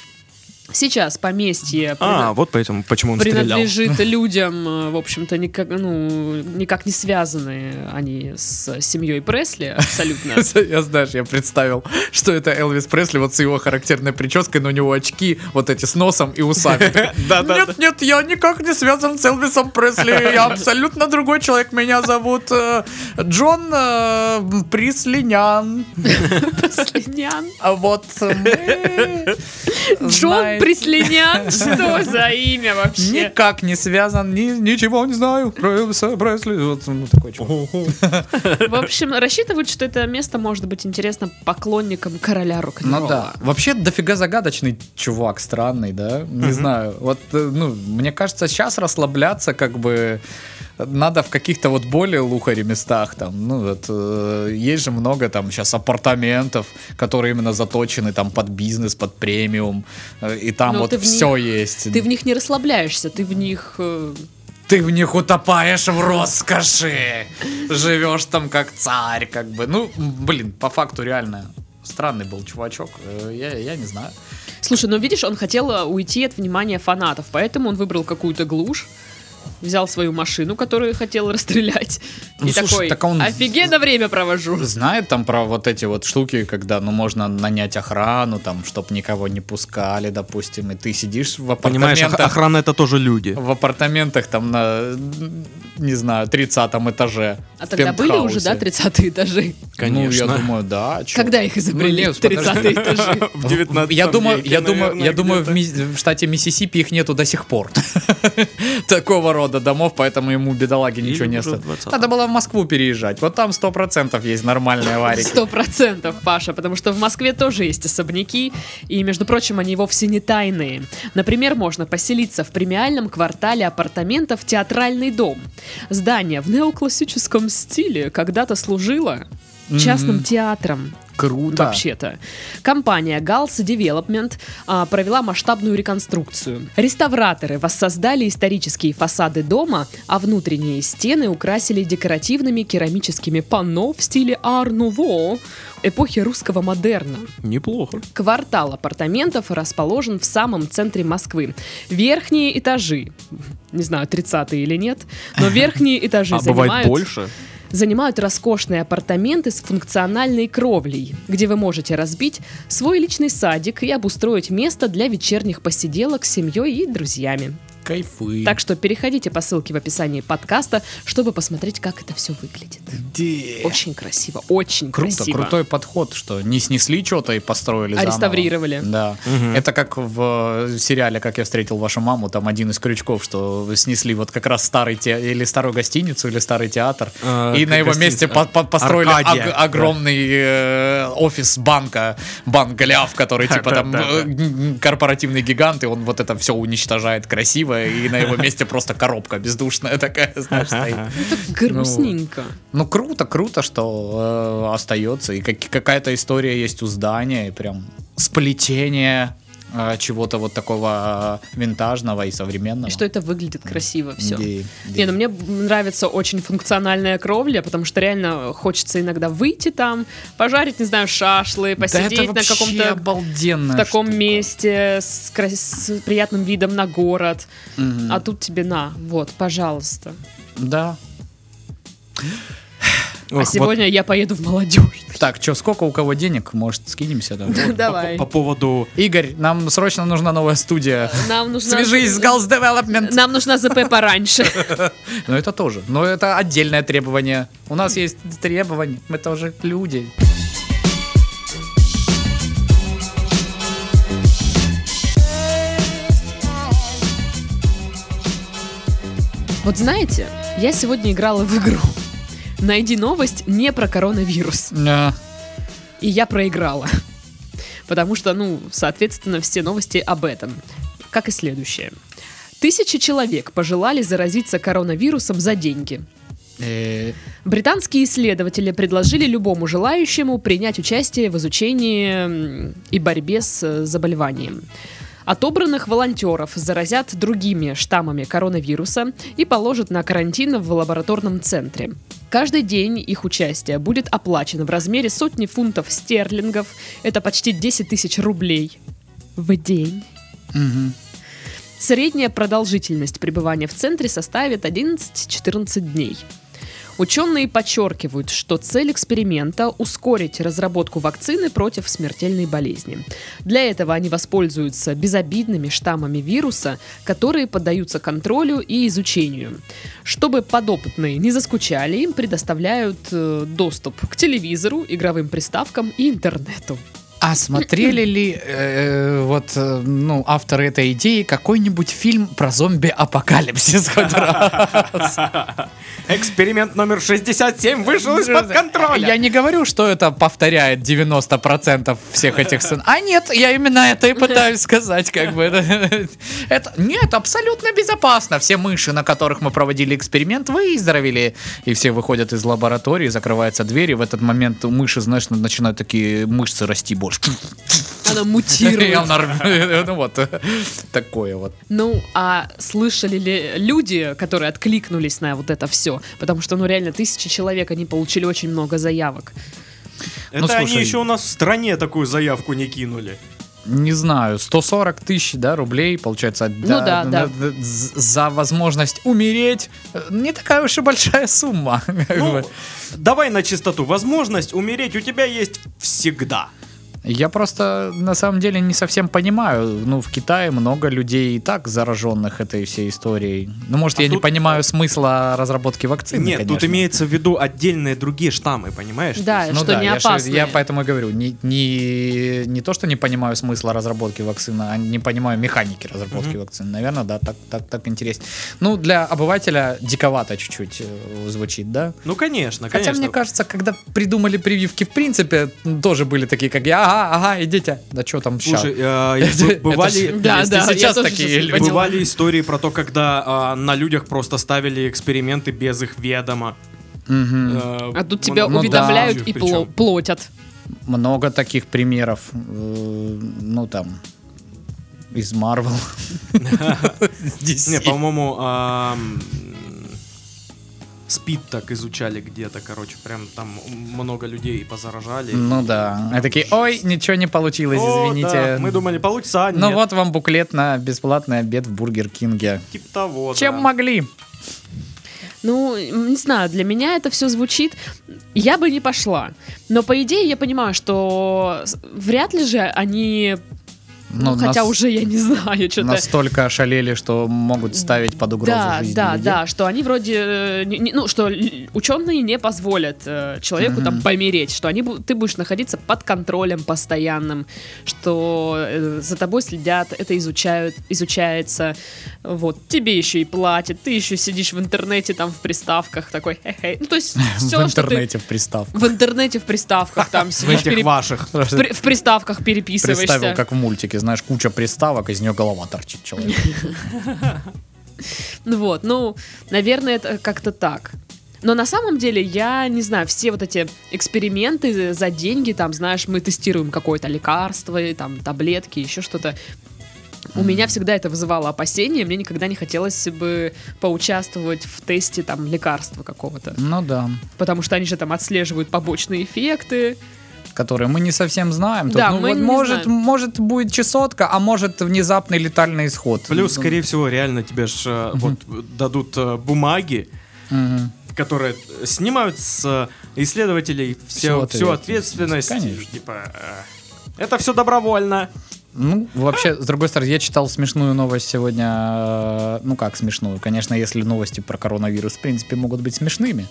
Speaker 1: Сейчас поместье
Speaker 2: А, вот поэтому, почему он стрелял.
Speaker 1: принадлежит
Speaker 2: (laughs)
Speaker 1: людям, э, в общем-то, никак, ну, никак не связаны они с семьей Пресли
Speaker 2: (laughs)
Speaker 1: абсолютно.
Speaker 4: Я, знаешь, я представил, что это Элвис Пресли вот с его характерной прической, но у него очки вот эти с носом и усами. Нет, нет, я никак не связан с Элвисом Пресли, я абсолютно другой человек, меня зовут э, Джон э, Прислинян.
Speaker 1: Преслинян.
Speaker 4: А вот мы,
Speaker 1: Джон
Speaker 4: знаете,
Speaker 2: (laughs)
Speaker 1: Преслинян? Что за имя вообще?
Speaker 4: Никак не связан, ни- ничего не знаю про Элвиса Пресли. Вот ну, такой чувак.
Speaker 1: В общем, рассчитывают, что это место может быть интересно поклонникам короля рок
Speaker 4: Ну да. Вообще дофига загадочный чувак, странный, да? Не знаю. Вот, э, ну, мне кажется, сейчас расслабляться как бы надо в каких-то вот более лухари местах там. Ну, вот, э, есть же много там сейчас апартаментов, которые именно заточены там под бизнес, под премиум. э, и там
Speaker 1: Но
Speaker 4: вот
Speaker 1: Ну, ты в
Speaker 4: все есть.
Speaker 1: Ты в них не расслабляешься, ты в них... э,
Speaker 4: Ты в них утопаешь в роскоши. Живешь там как царь, как бы. Ну, блин, по факту реально странный был чувачок. Э, Я, я не знаю.
Speaker 1: Слушай, ну видишь, он хотел э, уйти от внимания фанатов, поэтому он выбрал какую-то глушь, взял свою машину, которую хотел расстрелять,
Speaker 4: Ну,
Speaker 1: и
Speaker 4: слушай,
Speaker 1: такой,
Speaker 4: так он-
Speaker 1: офигенно время провожу.
Speaker 4: Знает там про вот эти вот штуки, когда, ну, можно нанять охрану, там, чтоб никого не пускали, допустим, и ты сидишь в
Speaker 2: Понимаешь, ох-
Speaker 4: апартаментах,
Speaker 2: охрана это тоже люди.
Speaker 4: в апартаментах там на, не знаю, 30 этаже.
Speaker 1: А
Speaker 4: в
Speaker 1: тогда были
Speaker 4: пентхаусе.
Speaker 1: уже, да, 30-е этажи?
Speaker 4: Ну,
Speaker 2: Конечно.
Speaker 4: я думаю, да. а чё.
Speaker 1: Когда их изобрели?
Speaker 4: Ну, нет,
Speaker 1: 30-е
Speaker 4: подожди.
Speaker 1: этажи.
Speaker 2: В 19
Speaker 4: я думаю,
Speaker 2: веке,
Speaker 4: я думаю,
Speaker 2: наверное,
Speaker 4: я думаю, в,
Speaker 2: где-то.
Speaker 4: Ми- в штате Миссисипи их нету до сих пор (laughs) такого рода домов, поэтому ему бедолаге
Speaker 2: Или
Speaker 4: ничего не
Speaker 2: уже в
Speaker 4: осталось.
Speaker 2: 20-м.
Speaker 4: Надо было в Москву переезжать. Вот там сто процентов есть нормальные варики.
Speaker 1: (laughs) Сто процентов, Паша, потому что в Москве тоже есть особняки, и, между прочим, они вовсе не тайные. Например, можно поселиться в премиальном квартале апартаментов «Театральный дом». Здание в неоклассическом стиле когда-то служило частным
Speaker 4: Мгм.
Speaker 1: театром.
Speaker 4: Круто.
Speaker 1: Вообще-то. Компания Gals Development а, провела масштабную реконструкцию. Реставраторы воссоздали исторические фасады дома, а внутренние стены украсили декоративными керамическими панно в стиле ар-нуво эпохи русского модерна.
Speaker 2: Неплохо.
Speaker 1: Квартал апартаментов расположен в самом центре Москвы. Верхние этажи, не знаю, 30 или нет, но верхние этажи
Speaker 2: А бывает
Speaker 1: занимают
Speaker 2: больше?
Speaker 1: занимают роскошные апартаменты с функциональной кровлей, где вы можете разбить свой личный садик и обустроить место для вечерних посиделок с семьей и друзьями.
Speaker 4: Кайфы.
Speaker 1: Так что переходите по ссылке в описании подкаста, чтобы посмотреть, как это все выглядит. Очень красиво, очень
Speaker 4: Э. Круто,
Speaker 1: красиво.
Speaker 4: крутой подход, что не снесли что-то и построили
Speaker 1: А
Speaker 4: заново.
Speaker 1: реставрировали.
Speaker 4: Да. Это как в э, сериале «Как я встретил вашу маму», там один из крючков, что снесли вот как раз старый те... или старую гостиницу, или старый театр,
Speaker 2: А,
Speaker 4: и
Speaker 2: как
Speaker 4: на его
Speaker 2: гостиница.
Speaker 4: месте по- по- построили
Speaker 2: Аркадия.
Speaker 4: ог- огромный э, офис банка, банк Гляв, который типа там
Speaker 2: Да-да-да.
Speaker 4: э, г- г- корпоративный гигант, и он вот это все уничтожает красиво такое, и на
Speaker 2: (laughs)
Speaker 4: его месте просто коробка бездушная такая, знаешь, стоит.
Speaker 1: Грустненько.
Speaker 4: Ну, круто, круто, что э, остается. И как- какая-то история есть у здания, и прям сплетение э, чего-то вот такого э, винтажного и современного.
Speaker 1: И что это выглядит красиво все.
Speaker 4: Идеи,
Speaker 1: Не,
Speaker 4: идеи.
Speaker 1: ну мне нравится очень функциональная кровля, потому что реально хочется иногда выйти там, пожарить, не знаю, шашлы,
Speaker 4: Да это
Speaker 1: посидеть на
Speaker 4: вообще
Speaker 1: каком-то в
Speaker 4: обалденная
Speaker 1: таком
Speaker 4: штука.
Speaker 1: месте с, крас- с приятным видом на город.
Speaker 4: Мгм.
Speaker 1: А тут тебе на, вот, пожалуйста.
Speaker 4: Да.
Speaker 1: а сегодня я поеду в
Speaker 4: (laughs)
Speaker 1: молодежь.
Speaker 4: Так, что, сколько у кого денег? Может, скинемся? там?
Speaker 1: Давай.
Speaker 2: По поводу...
Speaker 4: (laughs) Игорь, нам срочно нужна новая студия.
Speaker 1: Нам нужна...
Speaker 4: Свяжись с Gals Development.
Speaker 1: (laughs) Нам нужна ЗП
Speaker 4: (laughs)
Speaker 1: пораньше.
Speaker 4: Но это тоже. Но это отдельное требование. У нас есть требования. Мы тоже люди.
Speaker 1: Вот знаете, я сегодня играла в игру. Найди новость не про коронавирус.
Speaker 4: Да.
Speaker 1: И я проиграла. (laughs) Потому что, ну, соответственно, все новости об этом. Как и следующее. Тысячи человек пожелали заразиться коронавирусом за деньги.
Speaker 4: Э,
Speaker 1: Британские исследователи предложили любому желающему принять участие в изучении м, и борьбе с э, заболеванием. Отобранных волонтеров заразят другими штаммами коронавируса и положат на карантин в лабораторном центре. Каждый день их участие будет оплачено в размере сотни фунтов стерлингов, это почти 10 тысяч рублей в день.
Speaker 4: мгм.
Speaker 1: Средняя продолжительность пребывания в центре составит 11-14 дней. Ученые подчеркивают, что цель эксперимента – ускорить разработку вакцины против смертельной болезни. Для этого они воспользуются безобидными штаммами вируса, которые поддаются контролю и изучению. Чтобы подопытные не заскучали, им предоставляют э, доступ к телевизору, игровым приставкам и интернету.
Speaker 4: А смотрели ли э, вот э, ну авторы этой идеи какой-нибудь фильм про зомби-апокалипсис
Speaker 2: (laughs)
Speaker 4: хоть раз?
Speaker 2: Эксперимент номер 67 вышел из-под контроля.
Speaker 4: Я не говорю, что это повторяет 90% всех этих сцен. А нет, я именно это и пытаюсь сказать, как бы. (laughs) Это- Это, нет, абсолютно безопасно. Все мыши, на которых мы проводили эксперимент, выздоровели. И все выходят из лаборатории, закрывается дверь, и в этот момент у мыши, знаешь, начинают такие мышцы расти больше. (laughs)
Speaker 1: Она мутирует.
Speaker 4: Я нар- Ну вот, (laughs) такое вот.
Speaker 1: Ну, а слышали ли люди, которые откликнулись на вот это все? Потому что, ну, реально, тысячи человек, они получили очень много заявок.
Speaker 2: Это
Speaker 4: Ну, слушай.
Speaker 2: они еще у нас в стране такую заявку не кинули.
Speaker 4: Не знаю, 140 тысяч да, рублей, получается,
Speaker 2: Ну
Speaker 1: да, да.
Speaker 4: д- д- за возможность умереть. э, Не такая уж и большая сумма. (laughs) как
Speaker 2: Ну,
Speaker 4: бы.
Speaker 2: давай на чистоту. Возможность умереть у тебя есть всегда.
Speaker 4: Я просто на самом деле не совсем понимаю. Ну, в Китае много людей и так зараженных этой всей историей. Ну, может,
Speaker 2: А
Speaker 4: я не
Speaker 2: тут-
Speaker 4: понимаю смысла разработки вакцины.
Speaker 2: Нет, тут
Speaker 4: конечно.
Speaker 2: имеется в виду отдельные другие штаммы, понимаешь?
Speaker 1: Да,
Speaker 4: Ну
Speaker 1: что
Speaker 4: да,
Speaker 1: не
Speaker 4: я, же-
Speaker 1: опасно.
Speaker 4: я поэтому и говорю, не, не, не то, что не понимаю смысла разработки вакцины, а не понимаю механики разработки
Speaker 2: Мгм.
Speaker 4: вакцины. Наверное, да, так, так, так интереснее. Ну, для обывателя диковато чуть-чуть э, звучит, да?
Speaker 2: Ну, конечно,
Speaker 4: Хотя,
Speaker 2: конечно.
Speaker 4: мне кажется, когда придумали прививки, в принципе, м, тоже были такие, как я, ага, ага, идите. Да что там сейчас?
Speaker 2: Слушай, э, б- бывали...
Speaker 1: Да,
Speaker 4: Есть
Speaker 1: да,
Speaker 4: и
Speaker 1: я
Speaker 4: сейчас
Speaker 1: тоже
Speaker 4: такие
Speaker 1: сейчас
Speaker 4: люди.
Speaker 1: поняла.
Speaker 2: Бывали истории про то, когда а, на людях просто ставили эксперименты без их ведома. Э,
Speaker 4: Мгм.
Speaker 1: А тут тебя
Speaker 4: Ну да.
Speaker 1: уведомляют и пло-
Speaker 2: плохо.
Speaker 1: плотят.
Speaker 4: Много таких примеров. э, Ну, там, из Марвел.
Speaker 2: Не, по-моему, ам, СПИД так изучали где-то, короче, прям там много людей позаражали.
Speaker 4: Ну да. А такие, ой, ничего не получилось,
Speaker 2: О,
Speaker 4: извините.
Speaker 2: да, мы думали, получится, а
Speaker 4: Ну
Speaker 2: нет.
Speaker 4: вот вам буклет на бесплатный обед в Бургер Кинге.
Speaker 2: Типа того,
Speaker 4: Чем
Speaker 2: да.
Speaker 4: могли?
Speaker 1: Ну, м, не знаю, для меня это все звучит... Я бы не пошла. Но, по идее, я понимаю, что с- вряд ли же они... Ну, хотя
Speaker 4: нас-
Speaker 1: уже я не знаю, что-то...
Speaker 4: Настолько ошалели, что могут ставить под угрозу
Speaker 1: Да,
Speaker 4: жизни
Speaker 1: да,
Speaker 4: людей.
Speaker 1: да, что они вроде, э, не- не- ну, что ученые не позволят э, человеку там
Speaker 4: Мгм.
Speaker 1: помереть, что они, бу- ты будешь находиться под контролем постоянным, что э, за тобой следят, это изучают, изучается, вот, тебе еще и платят, ты еще сидишь в интернете там в приставках такой, хе-хе. ну, то
Speaker 4: (laughs)
Speaker 1: есть все,
Speaker 4: в
Speaker 1: что ты
Speaker 4: интернете в приставку.
Speaker 1: в интернете в приставках
Speaker 4: (laughs)
Speaker 1: там
Speaker 2: В
Speaker 1: сидишь,
Speaker 2: этих
Speaker 1: пере-
Speaker 2: ваших.
Speaker 1: в при- в приставках переписываешься.
Speaker 4: Представил, как в мультике, знаешь, куча приставок, из нее голова торчит человек.
Speaker 1: Ну Вот, ну, наверное, это как-то так. Но на самом деле, я не знаю, все вот эти эксперименты за деньги, там, знаешь, мы тестируем какое-то лекарство, и там, таблетки, еще что-то. У меня всегда это вызывало опасения, мне никогда не хотелось бы поучаствовать в тесте там лекарства какого-то.
Speaker 4: Ну да.
Speaker 1: Потому что они же там отслеживают побочные эффекты.
Speaker 4: Которые мы не совсем знаем. Тут,
Speaker 1: Да,
Speaker 4: ну,
Speaker 1: мы
Speaker 4: вот
Speaker 1: не
Speaker 4: может,
Speaker 1: знаем.
Speaker 4: может будет чесотка, а может внезапный летальный исход.
Speaker 2: Плюс,
Speaker 4: Ну,
Speaker 2: скорее всего, реально тебе ж э, вот э, дадут э, бумаги,
Speaker 4: мгм.
Speaker 2: которые э, снимают с э, исследователей все,
Speaker 4: Всю
Speaker 2: всю ответственность.
Speaker 4: Конечно.
Speaker 2: Типа, э, это все добровольно.
Speaker 4: Ну, вообще, с другой стороны, я читал смешную новость сегодня. э, Ну, как смешную? Конечно, если новости про коронавирус, в принципе, могут быть смешными.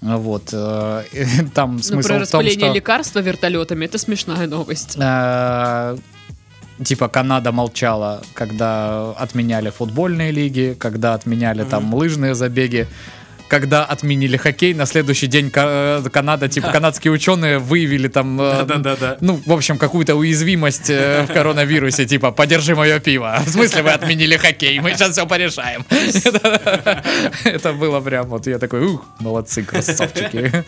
Speaker 4: Вот. э, (laughs) Там
Speaker 1: ну,
Speaker 4: смысл
Speaker 1: про
Speaker 4: в том,
Speaker 1: распыление
Speaker 4: что...
Speaker 1: лекарства вертолетами, это смешная новость.
Speaker 4: Э, Типа Канада молчала, когда отменяли футбольные лиги, когда отменяли там лыжные забеги, когда отменили хоккей, на следующий день Ка- э, Канада, типа канадские ученые выявили там, э,
Speaker 2: Да-да-да-да.
Speaker 4: ну, в общем, какую-то уязвимость э, в коронавирусе, типа, подержи мое пиво. В смысле вы отменили хоккей, мы сейчас все порешаем. (laughs) Это было прям вот, я такой, ух, молодцы, красавчики.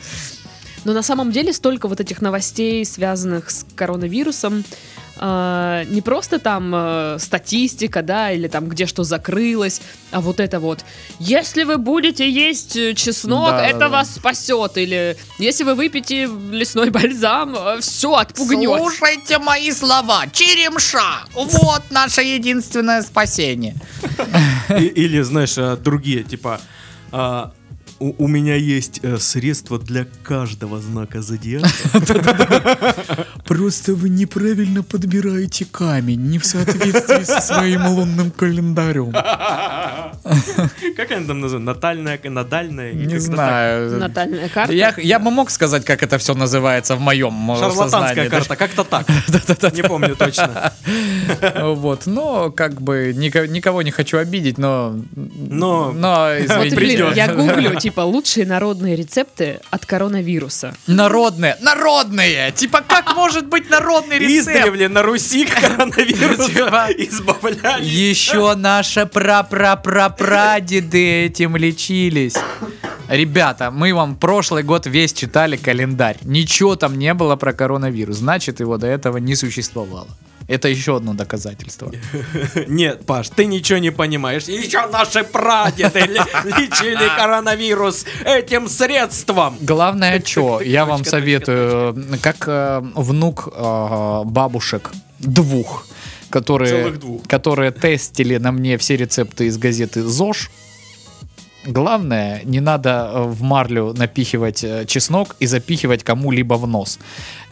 Speaker 1: Но на самом деле столько вот этих новостей, связанных с коронавирусом, а, не просто там э, статистика, да, или там где что закрылось, а вот это вот. Если вы будете есть э, чеснок,
Speaker 4: Да, да,
Speaker 1: это
Speaker 4: да.
Speaker 1: вас спасет. Или если вы выпьете лесной бальзам, э, все отпугнет.
Speaker 3: Слушайте мои слова, черемша, вот наше единственное спасение.
Speaker 2: И- Или, знаешь, э, другие, типа... а, У у меня есть э, средство для каждого знака зодиака.
Speaker 4: Просто вы неправильно подбираете камень, не в соответствии со своим лунным календарем.
Speaker 2: (laughs) Как они там называют? Натальная, надальная?
Speaker 4: Не
Speaker 2: Как-то
Speaker 4: знаю.
Speaker 1: Натальная карта.
Speaker 4: Я, я бы мог сказать, как это все называется в моем
Speaker 2: так.
Speaker 4: э, сознании.
Speaker 2: Шарлатанская карта,
Speaker 4: (laughs)
Speaker 2: как-то так. Не помню точно.
Speaker 4: Вот, но как бы ника- никого не хочу обидеть, но... (laughs)
Speaker 2: Но-
Speaker 1: Вот,
Speaker 4: извините.
Speaker 1: блин,
Speaker 2: придет.
Speaker 1: я гуглю, типа, лучшие народные рецепты от коронавируса.
Speaker 4: Народные, народные! Типа, как может быть народный рецепт?
Speaker 2: Издревле на
Speaker 4: (laughs)
Speaker 2: Руси коронавирус избавлялись.
Speaker 4: Еще наши прапрапрапрадеды этим лечились. Ребята, мы вам прошлый год весь читали календарь. Ничего там не было про коронавирус. Значит, его до этого не существовало. Это еще одно доказательство.
Speaker 2: Нет, Паш, ты ничего не понимаешь. Еще наши
Speaker 4: (laughs)
Speaker 2: прадеды ле- лечили коронавирус этим средством.
Speaker 4: Главное, что я вам
Speaker 2: точка, точка,
Speaker 4: советую, как э, внук э, бабушек двух, которые,
Speaker 2: Целых двух.
Speaker 4: которые тестили на мне все рецепты из газеты ЗОЖ. Главное, не надо э, в марлю напихивать э, чеснок и запихивать кому-либо в нос.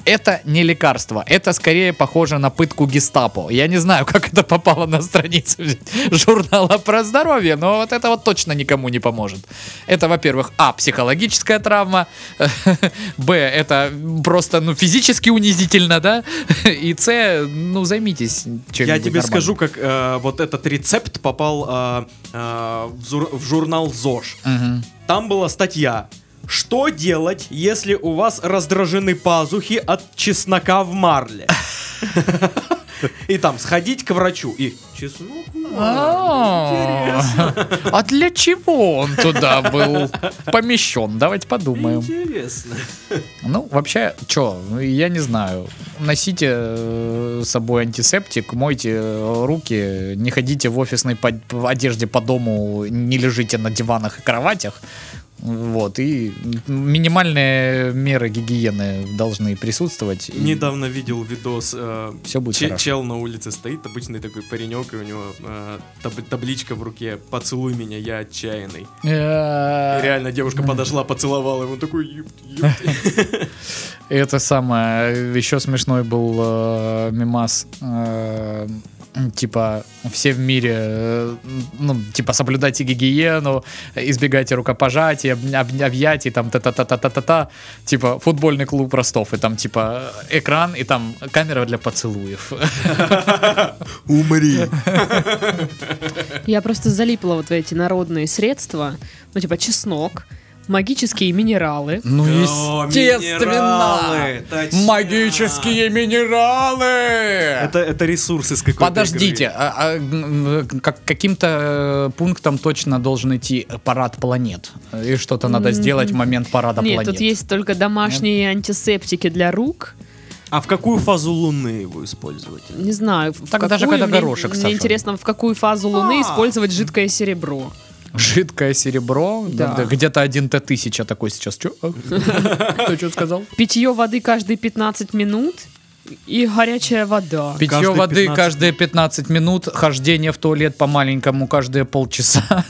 Speaker 4: Это не лекарство, это скорее похоже на пытку гестапо. Я не знаю, (laughs) как это попало на страницу (laughs) журнала про здоровье, но вот это вот точно никому не поможет. Это, во-первых, а, психологическая травма, (laughs) б, это просто, ну, физически унизительно, да, (laughs) и с, ну, займитесь чем-нибудь
Speaker 2: Я тебе
Speaker 4: нормальным.
Speaker 2: скажу, как э, вот этот рецепт попал э, э, в зур- в журнал ЗОЖ.
Speaker 4: Мгм.
Speaker 2: Там была статья. Что делать, если у вас раздражены пазухи от чеснока в марле? И там сходить к врачу. И чеснок в марле.
Speaker 4: А а для чего он туда был помещен? Давайте
Speaker 2: Интересно.
Speaker 4: подумаем.
Speaker 2: Интересно.
Speaker 4: Ну, вообще, чё, я не знаю. Носите э, с собой антисептик, мойте э, руки, не ходите в офисной под- в одежде по дому, не лежите на диванах и кроватях. Вот, и минимальные меры гигиены должны присутствовать. и
Speaker 2: Недавно видел видос.
Speaker 4: Всё будет
Speaker 2: чел,
Speaker 4: хорошо.
Speaker 2: чел на улице стоит, обычный такой паренек, и у него э, таб- табличка в руке «Поцелуй меня, я отчаянный». И
Speaker 4: Э,
Speaker 2: реально девушка подошла, поцеловала его, он такой «Ёпт, ёпт».
Speaker 4: Это самое, еще смешной был э, мимас. э, Типа, все в мире, э, ну, типа, соблюдайте гигиену, избегайте рукопожатий, об- об- объятий, там, та-та-та-та-та-та-та. Типа, футбольный клуб Ростов, и там, типа, экран, и там камера для поцелуев.
Speaker 2: Умри.
Speaker 1: Я просто залипла вот в эти народные средства, ну типа чеснок, магические минералы.
Speaker 4: (laughs) Ну,
Speaker 2: О,
Speaker 4: естественно!
Speaker 2: минералы, точно.
Speaker 4: Магические минералы!
Speaker 2: Это, это ресурс из какой-то
Speaker 4: Подождите,
Speaker 2: игры.
Speaker 4: а- а, м, как- каким-то э, пунктом точно должен идти парад планет. И что-то надо сделать в момент парада
Speaker 1: Нет,
Speaker 4: планет.
Speaker 1: тут есть только домашние антисептики для рук.
Speaker 2: А в какую фазу Луны его использовать?
Speaker 1: Не знаю, в
Speaker 4: Так даже
Speaker 1: какую,
Speaker 4: когда
Speaker 1: мне-
Speaker 4: горошек
Speaker 1: Мне
Speaker 4: сожжён.
Speaker 1: интересно, в какую фазу
Speaker 4: А.
Speaker 1: Луны использовать жидкое серебро.
Speaker 4: Жидкое серебро.
Speaker 1: Да.
Speaker 4: да, Где-то один Т-1000 такой сейчас. Чё? А? Кто что (laughs) сказал?
Speaker 1: Питье воды каждые 15 минут и горячая вода.
Speaker 4: Питье
Speaker 2: Каждые
Speaker 4: воды
Speaker 2: 15
Speaker 4: каждые 15 минут, хождение в туалет по-маленькому каждые полчаса. (laughs)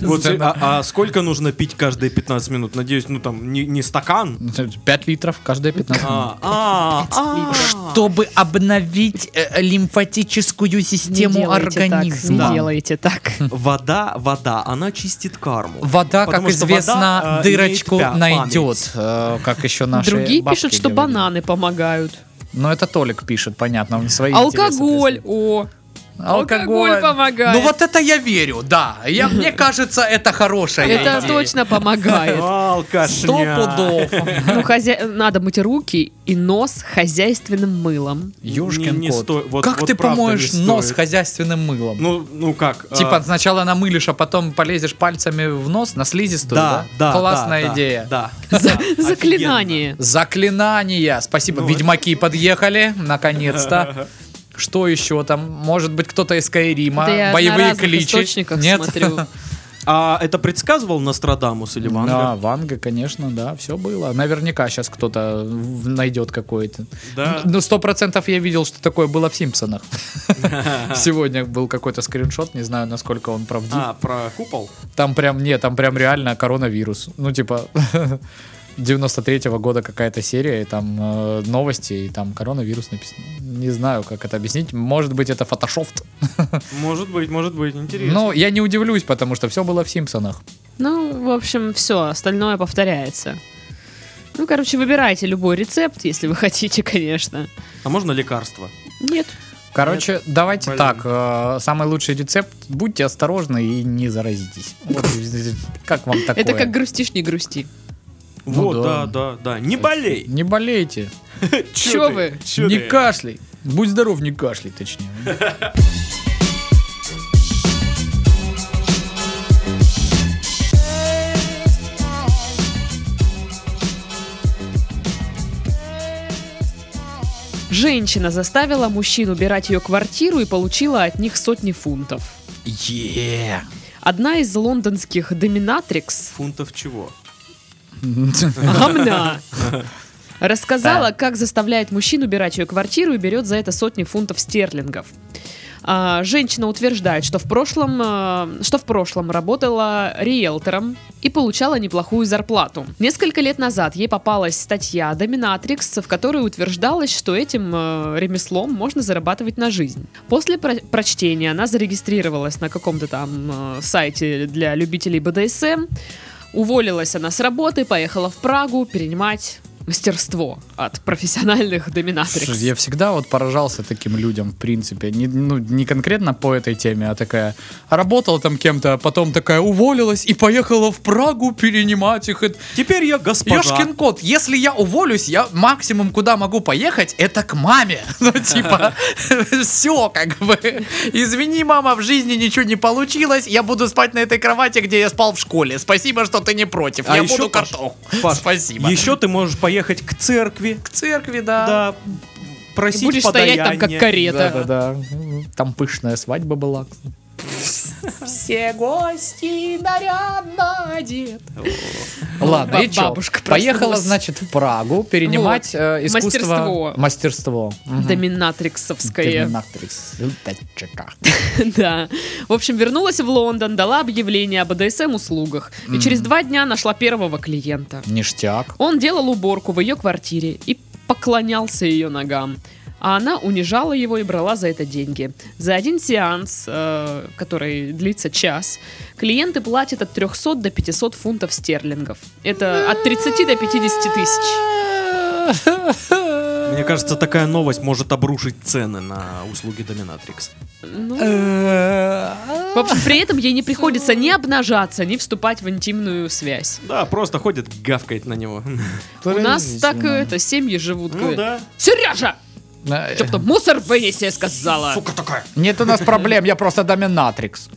Speaker 2: Вот,
Speaker 4: ну,
Speaker 2: э, а, а сколько нужно пить каждые 15 минут? Надеюсь, ну там не, не стакан.
Speaker 4: 5 литров каждые 15 минут.
Speaker 2: А, а, а.
Speaker 4: Чтобы обновить э, лимфатическую
Speaker 1: Не
Speaker 4: систему
Speaker 1: делайте так,
Speaker 4: организма.
Speaker 1: Не делайте так.
Speaker 2: Вода, вода, она чистит карму.
Speaker 4: Вода,
Speaker 2: Потому
Speaker 4: как
Speaker 2: что
Speaker 4: известно,
Speaker 2: вода, э,
Speaker 4: дырочку
Speaker 2: имеет пя-
Speaker 4: найдет, э, как еще наши
Speaker 1: Другие
Speaker 4: бабки
Speaker 1: пишут, что
Speaker 4: говорили.
Speaker 1: бананы помогают.
Speaker 4: Но это Толик пишет, понятно, он свои
Speaker 1: Алкоголь,
Speaker 4: интересы
Speaker 1: о,
Speaker 4: преследует.
Speaker 1: Алкоголь помогает.
Speaker 4: Ну вот это я верю, да. Я, мне кажется, это хорошая
Speaker 1: это
Speaker 4: идея.
Speaker 1: точно помогает.
Speaker 4: Сто
Speaker 2: Алкашня.
Speaker 4: пудов.
Speaker 1: Ну, хозя- надо мыть руки и нос хозяйственным мылом.
Speaker 4: Ёшкин
Speaker 2: Не- не
Speaker 4: кот.
Speaker 2: сто- вот-
Speaker 4: как
Speaker 2: вот
Speaker 4: ты
Speaker 2: правда не
Speaker 4: помоешь нос
Speaker 2: стоит.
Speaker 4: хозяйственным мылом?
Speaker 2: Ну, ну как? а,
Speaker 4: типа сначала намылишь, а потом полезешь пальцами в нос на слизистую,
Speaker 2: да, да,
Speaker 4: Классная
Speaker 2: да, да,
Speaker 4: идея.
Speaker 2: Да.
Speaker 1: За-
Speaker 2: Офигенно.
Speaker 1: Заклинание.
Speaker 4: Заклинания. Спасибо.
Speaker 2: Ну,
Speaker 4: Ведьмаки
Speaker 2: (laughs)
Speaker 4: подъехали, наконец-то. Что еще там? Может быть, кто-то из Кайрима.
Speaker 1: Это я на
Speaker 4: Боевые
Speaker 1: разных
Speaker 4: кличи.
Speaker 1: источниках
Speaker 4: Нет?
Speaker 1: смотрю.
Speaker 4: (laughs)
Speaker 2: А это предсказывал Нострадамус или Ванга?
Speaker 4: Да, Ванга, конечно, да, все было. Наверняка сейчас кто-то в- найдет какой-то.
Speaker 2: Да.
Speaker 4: Ну, сто процентов я видел, что такое было в
Speaker 2: (laughs)
Speaker 4: Симпсонах. Сегодня был какой-то скриншот, не знаю, насколько он правдив.
Speaker 2: А, про купол?
Speaker 4: Там прям, не, там прям реально коронавирус. Ну, типа, (laughs) 93-го года какая-то серия, и там э, новости, и там коронавирус написано. Не знаю, как это объяснить. Может быть, это фотошофт.
Speaker 2: Может быть, может быть, интересно.
Speaker 4: Но я не удивлюсь, потому что все было в Симпсонах.
Speaker 1: Ну, в общем, все, остальное повторяется. Ну, короче, выбирайте любой рецепт, если вы (laughs) хотите, конечно.
Speaker 2: А можно лекарство?
Speaker 1: Нет.
Speaker 4: Короче, давайте
Speaker 2: блин.
Speaker 4: так. э, самый лучший рецепт. Будьте осторожны и не заразитесь. Вот, (laughs) как вам такое?
Speaker 1: Это как грустишь, не грусти.
Speaker 4: Ну
Speaker 2: вот,
Speaker 4: да.
Speaker 2: да. да, да, Не болей!
Speaker 4: Не болейте,
Speaker 2: Чё
Speaker 1: Чё
Speaker 2: ты?
Speaker 1: вы?
Speaker 2: Чё
Speaker 4: не
Speaker 2: ты?
Speaker 4: кашляй. Будь здоров, не кашляй, точнее.
Speaker 1: Женщина заставила мужчин убирать ее квартиру и получила от них сотни фунтов.
Speaker 4: Е.
Speaker 1: Одна из лондонских доминатрикс,
Speaker 2: Фунтов чего?
Speaker 1: гомна, рассказала, как заставляет мужчин убирать ее квартиру и берет за это сотни фунтов стерлингов. А, Женщина утверждает, что в прошлом, э, что в прошлом работала риэлтором и получала неплохую зарплату. Несколько лет назад ей попалась статья «Доминатрикс», в которой утверждалось, что этим э, ремеслом можно зарабатывать на жизнь. После про- прочтения она зарегистрировалась на каком-то там э, сайте для любителей БДСМ, уволилась она с работы, поехала в Прагу перенимать мастерство от профессиональных доминатрикс.
Speaker 4: Слушай, Я всегда вот поражался таким людям, в принципе. Не, ну, не конкретно по этой теме, а такая работала там кем-то, а потом такая уволилась и поехала в Прагу перенимать их. Это-
Speaker 2: Теперь я госпожа.
Speaker 4: Ёшкин кот, если я уволюсь, я максимум куда могу поехать, это к маме. (laughs) Ну, типа, все как бы. Извини, мама, в жизни ничего не получилось, я буду спать на этой кровати, где я спал в школе. Спасибо, что ты не против,
Speaker 2: А
Speaker 4: я
Speaker 2: ещё,
Speaker 4: буду
Speaker 2: Паш,
Speaker 4: картох.
Speaker 2: Паш,
Speaker 4: Спасибо.
Speaker 2: Еще ты можешь поехать к церкви.
Speaker 4: к церкви,
Speaker 2: Да. Просить
Speaker 1: Будешь стоять там как
Speaker 2: подаяние.
Speaker 1: карета.
Speaker 4: Да-да-да. Там пышная свадьба была. Все гости нарядно одеты. Ладно,
Speaker 1: Ну, Ба-
Speaker 4: и чё?
Speaker 1: бабушка
Speaker 4: Поехала,
Speaker 1: проснулась.
Speaker 4: значит, в Прагу перенимать э, искусство...
Speaker 1: Мастерство.
Speaker 4: Мастерство. Мгм.
Speaker 1: Доминатриксовское.
Speaker 4: Доминатрикс. Люточка.
Speaker 1: Да. В общем, вернулась в Лондон, дала объявление об БДСМ-услугах. И через два дня нашла первого клиента.
Speaker 4: Ништяк.
Speaker 1: Он делал уборку в ее квартире и поклонялся ее ногам. А она унижала его и брала за это деньги. За один сеанс, э, который длится час, клиенты платят от 300 до 500 фунтов стерлингов. Это от 30 до 50 тысяч.
Speaker 2: Мне кажется, такая новость может обрушить цены на услуги Доминатрикс.
Speaker 1: Ну,
Speaker 4: Э,
Speaker 1: В общем, при этом ей не приходится ни обнажаться, ни вступать в интимную связь.
Speaker 2: Да, просто ходит, гавкает на него.
Speaker 1: У нас так э,
Speaker 4: Поразительно.
Speaker 1: это семьи живут.
Speaker 2: Ну
Speaker 1: говорят,
Speaker 2: да.
Speaker 1: Сережа!
Speaker 4: Э,
Speaker 1: Чтоб там мусор вынеси, я сказала.
Speaker 2: Сука такая.
Speaker 4: Нет у нас проблем, я просто доминатрикс.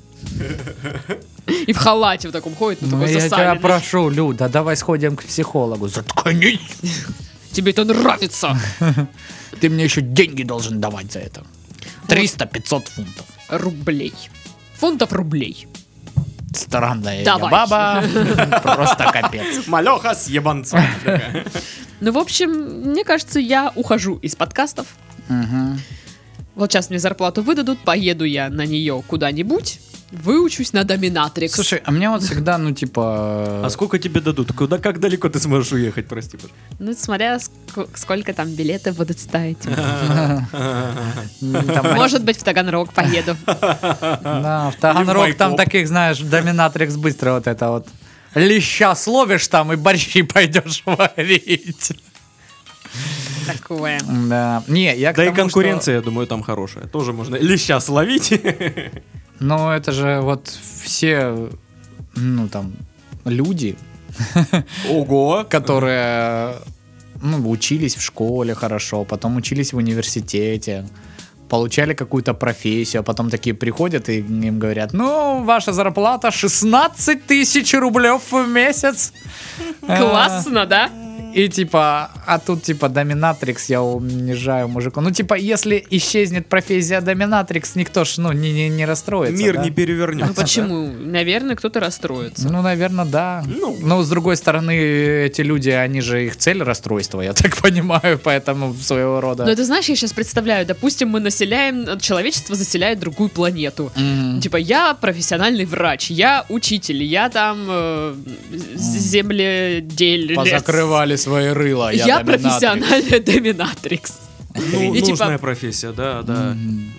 Speaker 1: И в халате в таком ходит, ну,
Speaker 4: Ну,
Speaker 1: такой
Speaker 4: я тебя
Speaker 1: засаленный.
Speaker 4: прошу, Люда, давай сходим к психологу. Заткнись!
Speaker 1: Тебе это нравится.
Speaker 4: Ты мне еще деньги должен давать за это. 300-500 фунтов.
Speaker 1: Рублей. Фунтов рублей.
Speaker 4: Странная я
Speaker 1: Давай.
Speaker 4: баба. Просто капец.
Speaker 2: Малеха с ебанцом.
Speaker 1: (laughs) Ну, в общем, мне кажется, я ухожу из подкастов.
Speaker 4: Мгм.
Speaker 1: Вот сейчас мне зарплату выдадут, поеду я на нее куда-нибудь, выучусь на доминатрикс.
Speaker 4: Слушай, а мне вот всегда, ну, типа...
Speaker 2: А сколько тебе дадут? Куда, как далеко ты сможешь уехать, прости,
Speaker 1: Ну, это смотря ск- сколько там билеты будут стоить.
Speaker 4: м, ну, там
Speaker 1: Может быть, в Таганрог поеду.
Speaker 2: (laughs)
Speaker 4: Да, в Таганрог
Speaker 2: Майкоп.
Speaker 4: там таких, знаешь, доминатрикс быстро вот это вот. Леща словишь там и борщи (laughs) пойдешь варить.
Speaker 1: Такое.
Speaker 4: Да. Не, я к
Speaker 2: Да и
Speaker 4: тому, что-
Speaker 2: конкуренция, я думаю, там хорошая. Тоже можно леща словить. (laughs)
Speaker 4: Ну, это же вот все, ну, там, люди,
Speaker 2: (laughs) Ого.
Speaker 4: которые ну, учились в школе хорошо, потом учились в университете, получали какую-то профессию, а потом такие приходят и им говорят, ну, ваша зарплата 16 тысяч рублев в месяц. А,
Speaker 1: Классно, да?
Speaker 4: И типа, а тут типа доминатрикс, я унижаю мужику. Ну, типа, если исчезнет профессия доминатрикс, никто ж, ну, не, не, не расстроится.
Speaker 2: Мир
Speaker 4: да?
Speaker 2: не
Speaker 1: Ну
Speaker 2: перевернется.
Speaker 1: почему? Наверное, кто-то расстроится.
Speaker 4: Ну, наверное, да.
Speaker 2: Ну.
Speaker 4: Но, с другой стороны, эти люди, они же их цель расстройства, я (laughs) так понимаю, поэтому своего рода.
Speaker 1: Но это Ну, знаешь, я сейчас представляю, допустим, мы населяем, человечество заселяет другую планету.
Speaker 4: М.
Speaker 1: Типа, я профессиональный врач, я учитель, я там э, з- земледелец.
Speaker 4: Позакрывали свои рыла.
Speaker 1: Я,
Speaker 4: доминатрикс.
Speaker 1: профессиональная доминатрикс.
Speaker 2: Ну,
Speaker 1: И типа-
Speaker 2: нужная профессия, да, да.
Speaker 4: М.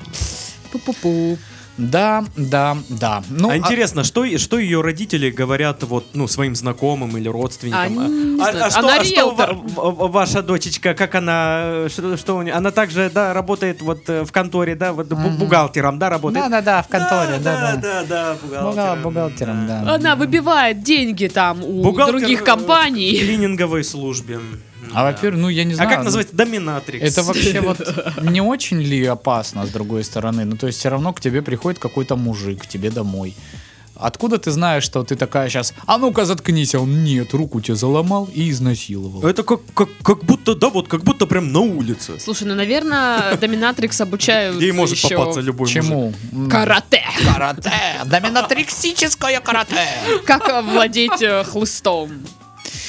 Speaker 1: Пу-пу-пу.
Speaker 4: Да, да, да. Ну,
Speaker 2: а
Speaker 4: а-
Speaker 2: интересно, что, и- что ее родители говорят вот, ну, своим знакомым
Speaker 1: Они
Speaker 2: или родственникам?
Speaker 1: не
Speaker 2: А-
Speaker 1: знают.
Speaker 2: а что,
Speaker 1: Она
Speaker 2: а что ва-
Speaker 1: риэлтор.
Speaker 2: ва- ваша дочечка, как она, э, что, что у нее? Она также, да, работает вот э, в конторе, да, вот бу- бухгалтером, да, работает?
Speaker 4: Да, да, да, а, в конторе, да, да.
Speaker 2: да, да,
Speaker 4: Бухгал-
Speaker 2: бухгалтером.
Speaker 4: Бухгалтером, да.
Speaker 1: Она выбивает деньги там у
Speaker 2: Бухгалтер э,
Speaker 1: других
Speaker 2: в
Speaker 1: компаний.
Speaker 2: клининговой службе.
Speaker 4: А во-первых, ну, я не
Speaker 2: А
Speaker 4: знаю.
Speaker 2: как
Speaker 4: ну,
Speaker 2: называется? Доминатрикс.
Speaker 4: Это
Speaker 2: (laughs)
Speaker 4: вообще вот не очень ли опасно, с другой стороны? Ну, то есть все равно к тебе приходит какой-то мужик, к тебе домой. Откуда ты знаешь, что ты такая сейчас, а ну-ка заткнись, а он нет, руку тебе заломал и изнасиловал.
Speaker 2: Это как, как, как будто, да, вот как будто прям на улице.
Speaker 1: Слушай, ну, наверное, доминатрикс обучают
Speaker 2: Ей может
Speaker 1: еще
Speaker 2: попаться любой мужик.
Speaker 4: Чему? М,
Speaker 1: Карате.
Speaker 4: Карате! Доминатриксическое карате!
Speaker 1: Как владеть э, хлыстом.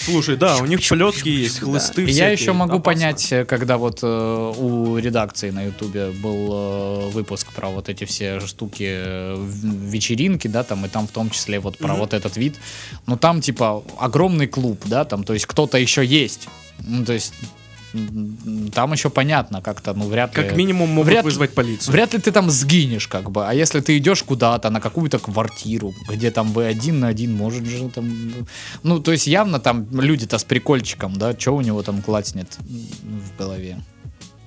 Speaker 2: Слушай, да, у них плетки есть, хлысты
Speaker 4: Я
Speaker 2: всякие.
Speaker 4: еще могу
Speaker 2: Опасно.
Speaker 4: понять, э, когда вот э, у редакции на Ютубе был э, выпуск про вот эти все штуки э, в- вечеринки, да, там и там в том числе вот про
Speaker 2: Мгм.
Speaker 4: вот этот вид. Но там типа огромный клуб, да, там, то есть кто-то еще есть. Ну, то есть м, м, там еще понятно как-то, ну вряд ли.
Speaker 2: Как минимум могут
Speaker 4: Вряд ли-
Speaker 2: вызвать полицию.
Speaker 4: Вряд ли ты там сгинешь, как бы. А если ты идешь куда-то на какую-то квартиру, где там вы один на один, может же там... Ну, то есть явно там люди-то с прикольчиком, да, что у него там клацнет м, в голове.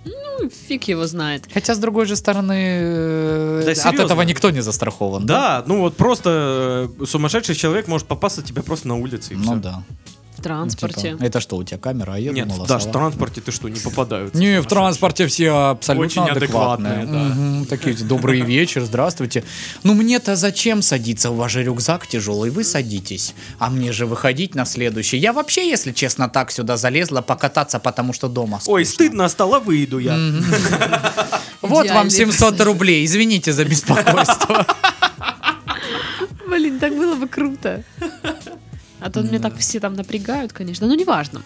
Speaker 1: Ну, фиг его знает.
Speaker 4: Хотя, с другой же стороны, э,
Speaker 2: Да,
Speaker 4: от
Speaker 2: серьезно.
Speaker 4: этого никто не застрахован.
Speaker 2: Да, ну вот просто э, сумасшедший человек может попасться тебе просто на улице и
Speaker 4: Ну
Speaker 2: всё.
Speaker 4: да.
Speaker 1: В транспорте.
Speaker 4: Типа, это что, у тебя камера? А я
Speaker 2: Нет,
Speaker 4: думала,
Speaker 2: да, в
Speaker 4: сова.
Speaker 2: транспорте ты что, не попадаются?
Speaker 4: Не, в транспорте все абсолютно
Speaker 2: Очень
Speaker 4: адекватные.
Speaker 2: адекватные, да.
Speaker 4: Мгм, такие добрый вечер, здравствуйте. Ну мне-то зачем садиться? У вас же рюкзак тяжелый, вы садитесь. А мне же выходить на следующий. Я вообще, если честно, так сюда залезла покататься, потому что дома
Speaker 2: Ой,
Speaker 4: скучно.
Speaker 2: стыдно стало, выйду я.
Speaker 4: Вот вам
Speaker 1: Идеальный
Speaker 4: 700 рублей, (laughs) извините за беспокойство.
Speaker 1: Блин, так было бы круто. А то меня так все там напрягают, конечно, но неважно.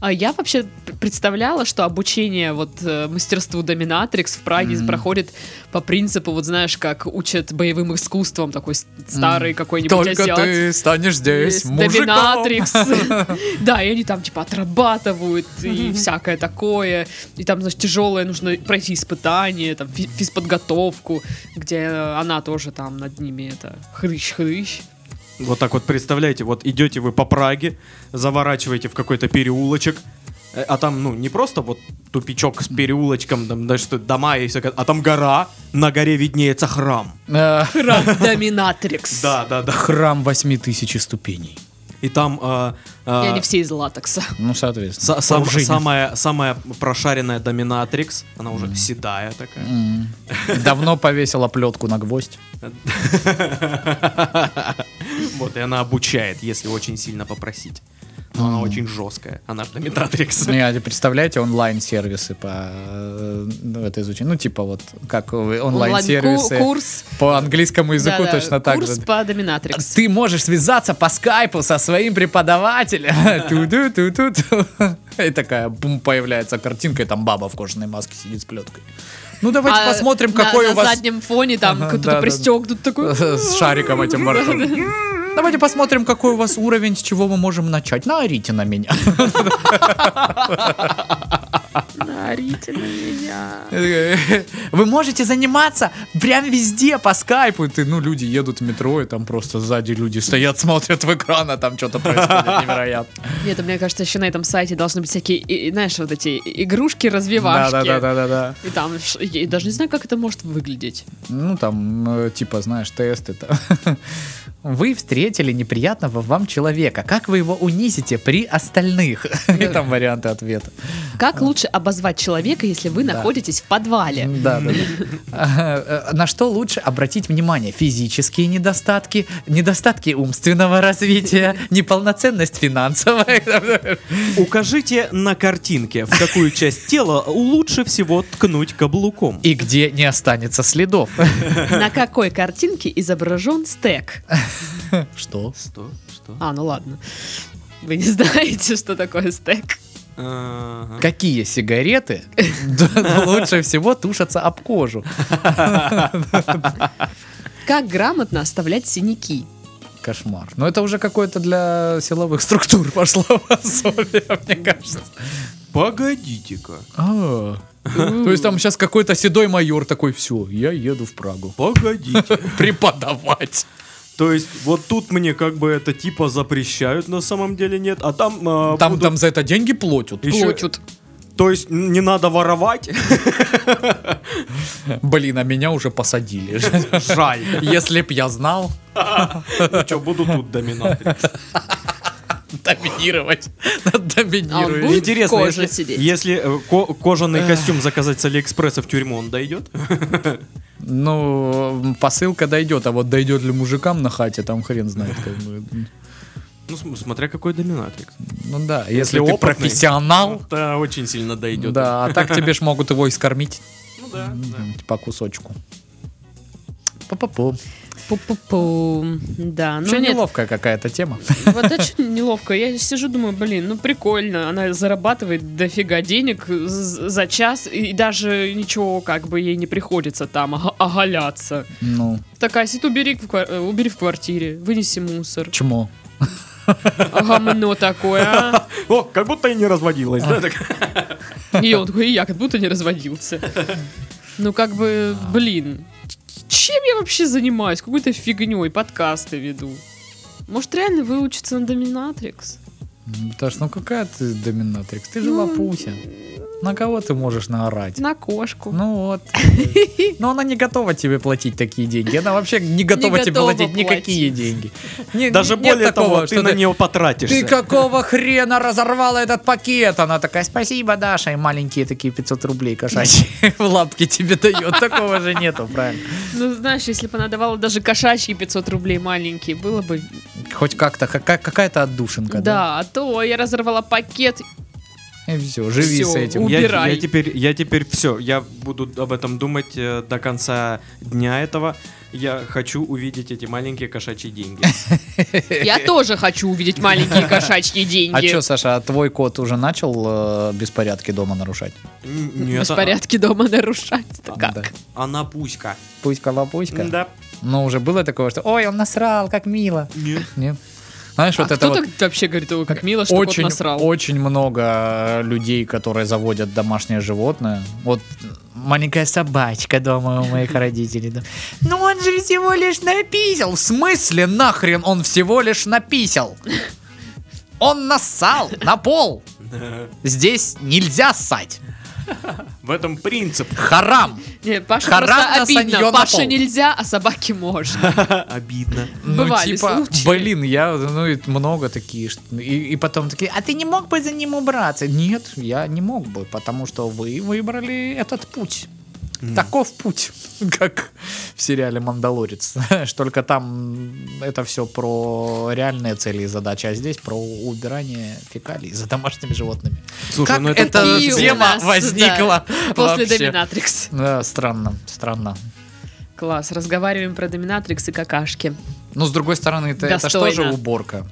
Speaker 1: А Я вообще п- представляла, что обучение вот э, мастерству доминатрикс в Праге проходит по принципу, вот знаешь, как учат боевым искусствам, такой с- старый какой-нибудь азиат.
Speaker 4: станешь
Speaker 1: Есть Доминатрикс. (laughs) Да, и они там типа отрабатывают и всякое такое. И там, значит, тяжелое нужно пройти испытание, там фи- физподготовку, где она тоже там над ними это хрыщ-хрыщ.
Speaker 2: Вот так вот представляете, вот идете вы по Праге, заворачиваете в какой-то переулочек, э, э, а там, ну, не просто вот тупичок с переулочком, там, да, что дома и всякое, а там гора, на горе виднеется храм.
Speaker 4: Э,
Speaker 1: Храм Доминатрикс.
Speaker 2: Да, да, да.
Speaker 4: Храм восьми тысячи ступеней.
Speaker 2: И там э, э,
Speaker 1: И
Speaker 4: А.
Speaker 1: они все из латекса.
Speaker 4: Ну, соответственно.
Speaker 2: са- сам-
Speaker 4: Бомжи.
Speaker 2: самая, самая прошаренная доминатрикс, она уже седая такая.
Speaker 4: М. Давно повесила плетку на гвоздь.
Speaker 2: Вот, и она обучает, если очень сильно попросить. Но она очень жесткая, она же доминатрикс.
Speaker 4: Не, а ты представляете, онлайн-сервисы по э, ну, это изучению. Ну, типа вот, как вы- онлайн-сервисы
Speaker 1: Курс.
Speaker 4: по английскому языку
Speaker 1: Да-да,
Speaker 4: точно так
Speaker 1: Курс
Speaker 4: же.
Speaker 1: по Доминатрикс.
Speaker 4: Ты можешь связаться по скайпу со своим преподавателем. Ту-ду-ту-ту-ту. И такая, бум, появляется картинка, и там баба в кожаной маске сидит с плеткой. Ну, давайте
Speaker 1: А
Speaker 4: посмотрим,
Speaker 1: на-
Speaker 4: какой
Speaker 1: на
Speaker 4: у вас...
Speaker 1: заднем фоне там
Speaker 4: Ага,
Speaker 1: кто-то
Speaker 4: да-да-да.
Speaker 1: пристегнут такой.
Speaker 4: (laughs) С шариком этим моржом. Давайте посмотрим, какой у вас уровень, с чего мы можем начать. Наорите на меня. (laughs)
Speaker 1: Орите на меня.
Speaker 4: Вы можете заниматься прям везде по скайпу. И Ты, ну, люди едут в метро, и там просто сзади люди стоят, смотрят в экран, а там что-то происходит невероятно.
Speaker 1: Нет, а мне кажется, еще на этом сайте должны быть всякие, и- и, знаешь, вот эти игрушки-развивашки.
Speaker 4: Да-да-да-да.
Speaker 1: И там, ш- я даже не знаю, как это может выглядеть.
Speaker 4: Ну, там, э, типа, знаешь, тесты. там. (laughs) Вы встретили неприятного вам человека. Как вы его унизите при остальных? (laughs) И там варианты ответа.
Speaker 1: Как лучше обозвать человека, если вы
Speaker 4: А. Да.
Speaker 1: находитесь в подвале?
Speaker 4: Да, да, да. Э, э, На что лучше обратить внимание? Физические недостатки, недостатки умственного развития, неполноценность финансовая.
Speaker 2: Укажите на картинке, в какую часть тела лучше всего ткнуть каблуком.
Speaker 4: И где не останется следов.
Speaker 1: (laughs) На какой картинке изображен стек?
Speaker 4: Что?
Speaker 2: Что? Что?
Speaker 1: А, ну ладно. Вы не (laughs) знаете, что такое стек.
Speaker 2: Ага.
Speaker 4: Какие сигареты (laughs) лучше всего тушатся об кожу?
Speaker 1: Как грамотно оставлять синяки?
Speaker 4: Кошмар. Но это уже какое-то для силовых структур пошло пособие, мне кажется.
Speaker 2: Погодите-ка.
Speaker 4: А, То есть там сейчас какой-то седой майор такой, все, я еду в Прагу.
Speaker 2: Погодите.
Speaker 4: Преподавать.
Speaker 2: (laughs) То есть вот тут мне как бы это типа запрещают, на самом деле нет, а там... э,
Speaker 4: Там,
Speaker 2: будут-
Speaker 4: там за это деньги платят.
Speaker 2: Ещё-
Speaker 1: Плачут.
Speaker 2: То есть н- не
Speaker 4: (laughs)
Speaker 2: надо воровать?
Speaker 4: Блин, а меня уже посадили. (laughs)
Speaker 2: Жаль.
Speaker 4: Если б я знал,
Speaker 2: Ну что, буду тут доминать.
Speaker 4: доминировать. Доминирую.
Speaker 1: А он будет?
Speaker 2: Интересно,
Speaker 1: Кожа
Speaker 2: если,
Speaker 1: сидеть.
Speaker 2: если, э, ко- кожаный костюм заказать с Алиэкспресса в тюрьму, он дойдет?
Speaker 4: Ну, посылка дойдет, а вот дойдет ли мужикам на хате, там хрен знает. как бы.
Speaker 2: Ну, см- смотря какой доминатрикс.
Speaker 4: Ну да, если, ты
Speaker 2: опытный. Ну,
Speaker 4: профессионал,
Speaker 2: Это очень сильно дойдет.
Speaker 4: да, а так тебе ж могут его и скормить
Speaker 2: Ну да, да.
Speaker 4: м, по кусочку. Па-па-пу.
Speaker 1: Пу-пу-пу. Да, ну
Speaker 4: Вообще
Speaker 1: нет,
Speaker 4: неловкая какая-то тема. (laughs)
Speaker 1: вот это чё неловко. Я сижу, думаю, блин, ну прикольно. Она зарабатывает дофига денег з- за час, и даже ничего как бы ей не приходится там ога- оголяться.
Speaker 4: Ну,
Speaker 1: Такая, сидит, убери в, квар- э, убери в квартире, вынеси мусор.
Speaker 4: чмо.
Speaker 1: Гамно такое, а.
Speaker 2: О, как будто и не разводилась, да? так?
Speaker 1: И он такой, и я как будто не разводился. Ну, как бы, блин, чем я вообще занимаюсь? Какой-то фигней, подкасты веду. Может, реально выучиться на доминатрикс?
Speaker 4: М, Наташ, ну какая ты доминатрикс? Ты же
Speaker 1: Ну,
Speaker 4: лапуся. На кого ты можешь наорать?
Speaker 1: На кошку.
Speaker 4: Ну (laughs) вот. Но она не готова тебе платить такие деньги. Она вообще не готова тебе
Speaker 1: готова
Speaker 4: платить никакие деньги. Не-
Speaker 2: Даже
Speaker 4: не- нет
Speaker 2: более
Speaker 4: такого,
Speaker 2: того, ты
Speaker 4: что
Speaker 2: на
Speaker 4: ты-
Speaker 2: нее потратишься.
Speaker 4: Ты какого хрена разорвала этот пакет? Она такая, спасибо, Даша. И маленькие такие 500 рублей кошачьи (laughs) в лапке тебе дает. Такого же нету, правильно?
Speaker 1: Ну, знаешь, если бы она давала даже кошачьи 500 рублей маленькие, было бы...
Speaker 4: Хоть как-то, какая- какая-то отдушинка, да?
Speaker 1: Да, а то я разорвала пакет.
Speaker 4: И все, живи
Speaker 1: Всё,
Speaker 4: с этим.
Speaker 1: у-
Speaker 2: Я-
Speaker 1: Убирай.
Speaker 2: Я, теперь, я теперь все, я буду об этом думать э, до конца дня этого. Я хочу увидеть эти маленькие кошачьи деньги.
Speaker 1: Я тоже хочу увидеть маленькие кошачьи деньги.
Speaker 4: А что, Саша, а твой кот уже начал э, беспорядки дома нарушать?
Speaker 2: Н- нет,
Speaker 1: В порядке дома нарушать. Да как?
Speaker 4: а- Да.
Speaker 2: а- Она пуська.
Speaker 4: Пусть колобуська.
Speaker 2: Да.
Speaker 4: Но уже было такого, что ой, он насрал, как мило.
Speaker 2: Нет.
Speaker 4: Нет. Знаешь,
Speaker 1: А
Speaker 4: вот это
Speaker 1: кто
Speaker 4: вот...
Speaker 1: так вообще говорит, ой, как мило, что кот
Speaker 4: очень,
Speaker 1: насрал?
Speaker 4: очень много людей, которые заводят домашнее животное. Вот маленькая собачка дома у моих родителей. да. Ну он же всего лишь написал. В смысле нахрен он всего лишь написал? Он нассал на пол. Здесь нельзя ссать.
Speaker 2: В этом принцип.
Speaker 4: Харам.
Speaker 1: Не, Паша
Speaker 4: Харам
Speaker 1: просто
Speaker 4: на саньё
Speaker 1: обидно.
Speaker 4: на
Speaker 1: Паше
Speaker 4: пол. Ну,
Speaker 1: нельзя, а собаке можно.
Speaker 2: Обидно.
Speaker 1: Бывали случаи.
Speaker 4: типа, блин, я, ну, и много такие, что- и, и потом такие, а ты не мог бы за ним убраться? Нет, я не мог бы, потому что вы выбрали этот путь. Таков путь, (laughs) как в сериале «Мандалорец». (laughs) Знаешь, Только там это все про реальные цели и задачи, а здесь про убирание фекалий за домашними животными.
Speaker 2: Слушай,
Speaker 4: Как
Speaker 2: ну это...
Speaker 4: это-
Speaker 1: Какие у
Speaker 4: тема
Speaker 1: нас,
Speaker 4: возникла
Speaker 1: да, После
Speaker 4: вообще?
Speaker 1: Доминатрикс.
Speaker 4: Да, странно, странно.
Speaker 1: Класс, разговариваем про Доминатрикс и какашки.
Speaker 4: Но с другой стороны, это, это что
Speaker 1: Достойно.
Speaker 4: же уборка?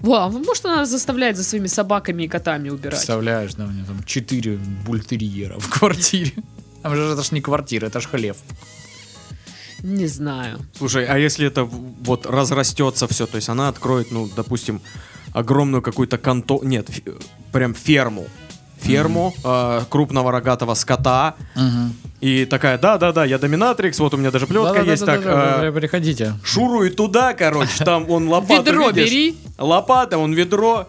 Speaker 1: Во, а может, она заставляет за своими собаками и котами убирать?
Speaker 4: Представляешь, да, у меня там четыре бультерьера в квартире. Там же это ж не квартира, это ж хлев.
Speaker 1: Не знаю.
Speaker 2: Слушай, а если это в- вот разрастется все, то есть она откроет, ну, допустим, огромную какую-то конто... Нет, фе- прям ферму. Ферму э, крупного рогатого скота. И такая, да-да-да, я доминатрикс, вот у меня даже плетка есть, так... э,
Speaker 4: Приходите.
Speaker 2: Шуруй туда, короче,
Speaker 1: (laughs)
Speaker 2: там он лопату
Speaker 1: Ведро
Speaker 2: видишь?
Speaker 1: бери.
Speaker 2: Лопата, он ведро.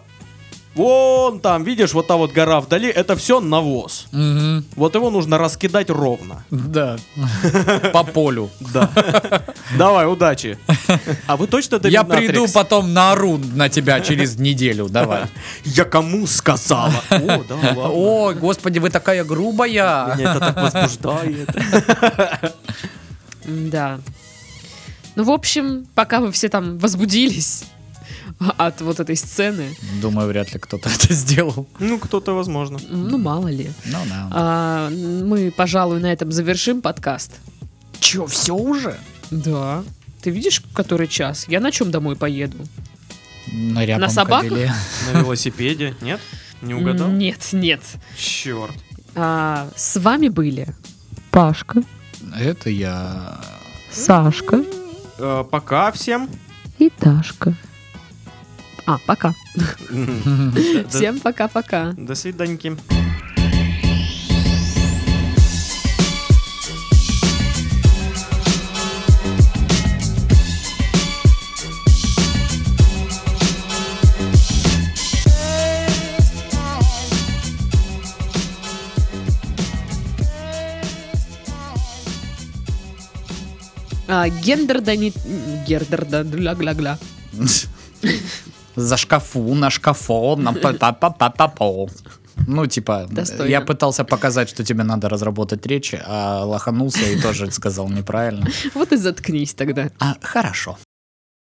Speaker 2: Вон там, видишь, вот та вот гора вдали, это все навоз.
Speaker 4: Мгм.
Speaker 2: Вот его нужно раскидать ровно.
Speaker 4: Да. По полю.
Speaker 2: Да. (laughs) Давай, (laughs) удачи. А вы точно
Speaker 4: Я
Speaker 2: доминатрикс?
Speaker 4: приду потом наору на тебя через неделю, давай.
Speaker 2: Я кому (laughs) сказала? О, а. да, ладно.
Speaker 4: Ой, господи, вы такая грубая.
Speaker 2: Меня это так возбуждает.
Speaker 1: Да. Ну, в общем, пока вы все там возбудились (laughs) от вот этой сцены,
Speaker 4: Думаю, вряд ли кто-то (laughs) это сделал.
Speaker 2: (laughs) Ну, кто-то, возможно.
Speaker 1: ну, мало ли.
Speaker 4: Ну да.
Speaker 1: А, мы, пожалуй, на этом завершим подкаст.
Speaker 4: Че, все уже?
Speaker 1: Да. Ты видишь, который час? Я на чем домой поеду?
Speaker 4: На рябом
Speaker 1: собаках?
Speaker 4: кобеле.
Speaker 2: На велосипеде, нет? Не угадал?
Speaker 1: М, Нет, нет.
Speaker 2: Черт.
Speaker 1: А, с вами были Пашка,
Speaker 4: Это я.
Speaker 1: Сашка
Speaker 2: Э,
Speaker 1: (laughs)
Speaker 2: Пока всем.
Speaker 1: и Ташка. А, пока.
Speaker 2: До-
Speaker 1: Всем пока-пока.
Speaker 2: До свиданьки.
Speaker 1: А, гендер да не... Гендер да гля-гля-гля.
Speaker 4: За шкафу, на шкафу, на па па па па па па. Ну, типа,
Speaker 1: Достойно.
Speaker 4: я пытался показать, что тебе надо разработать речи, а лоханулся и тоже сказал неправильно.
Speaker 1: Вот и заткнись тогда.
Speaker 4: А, хорошо.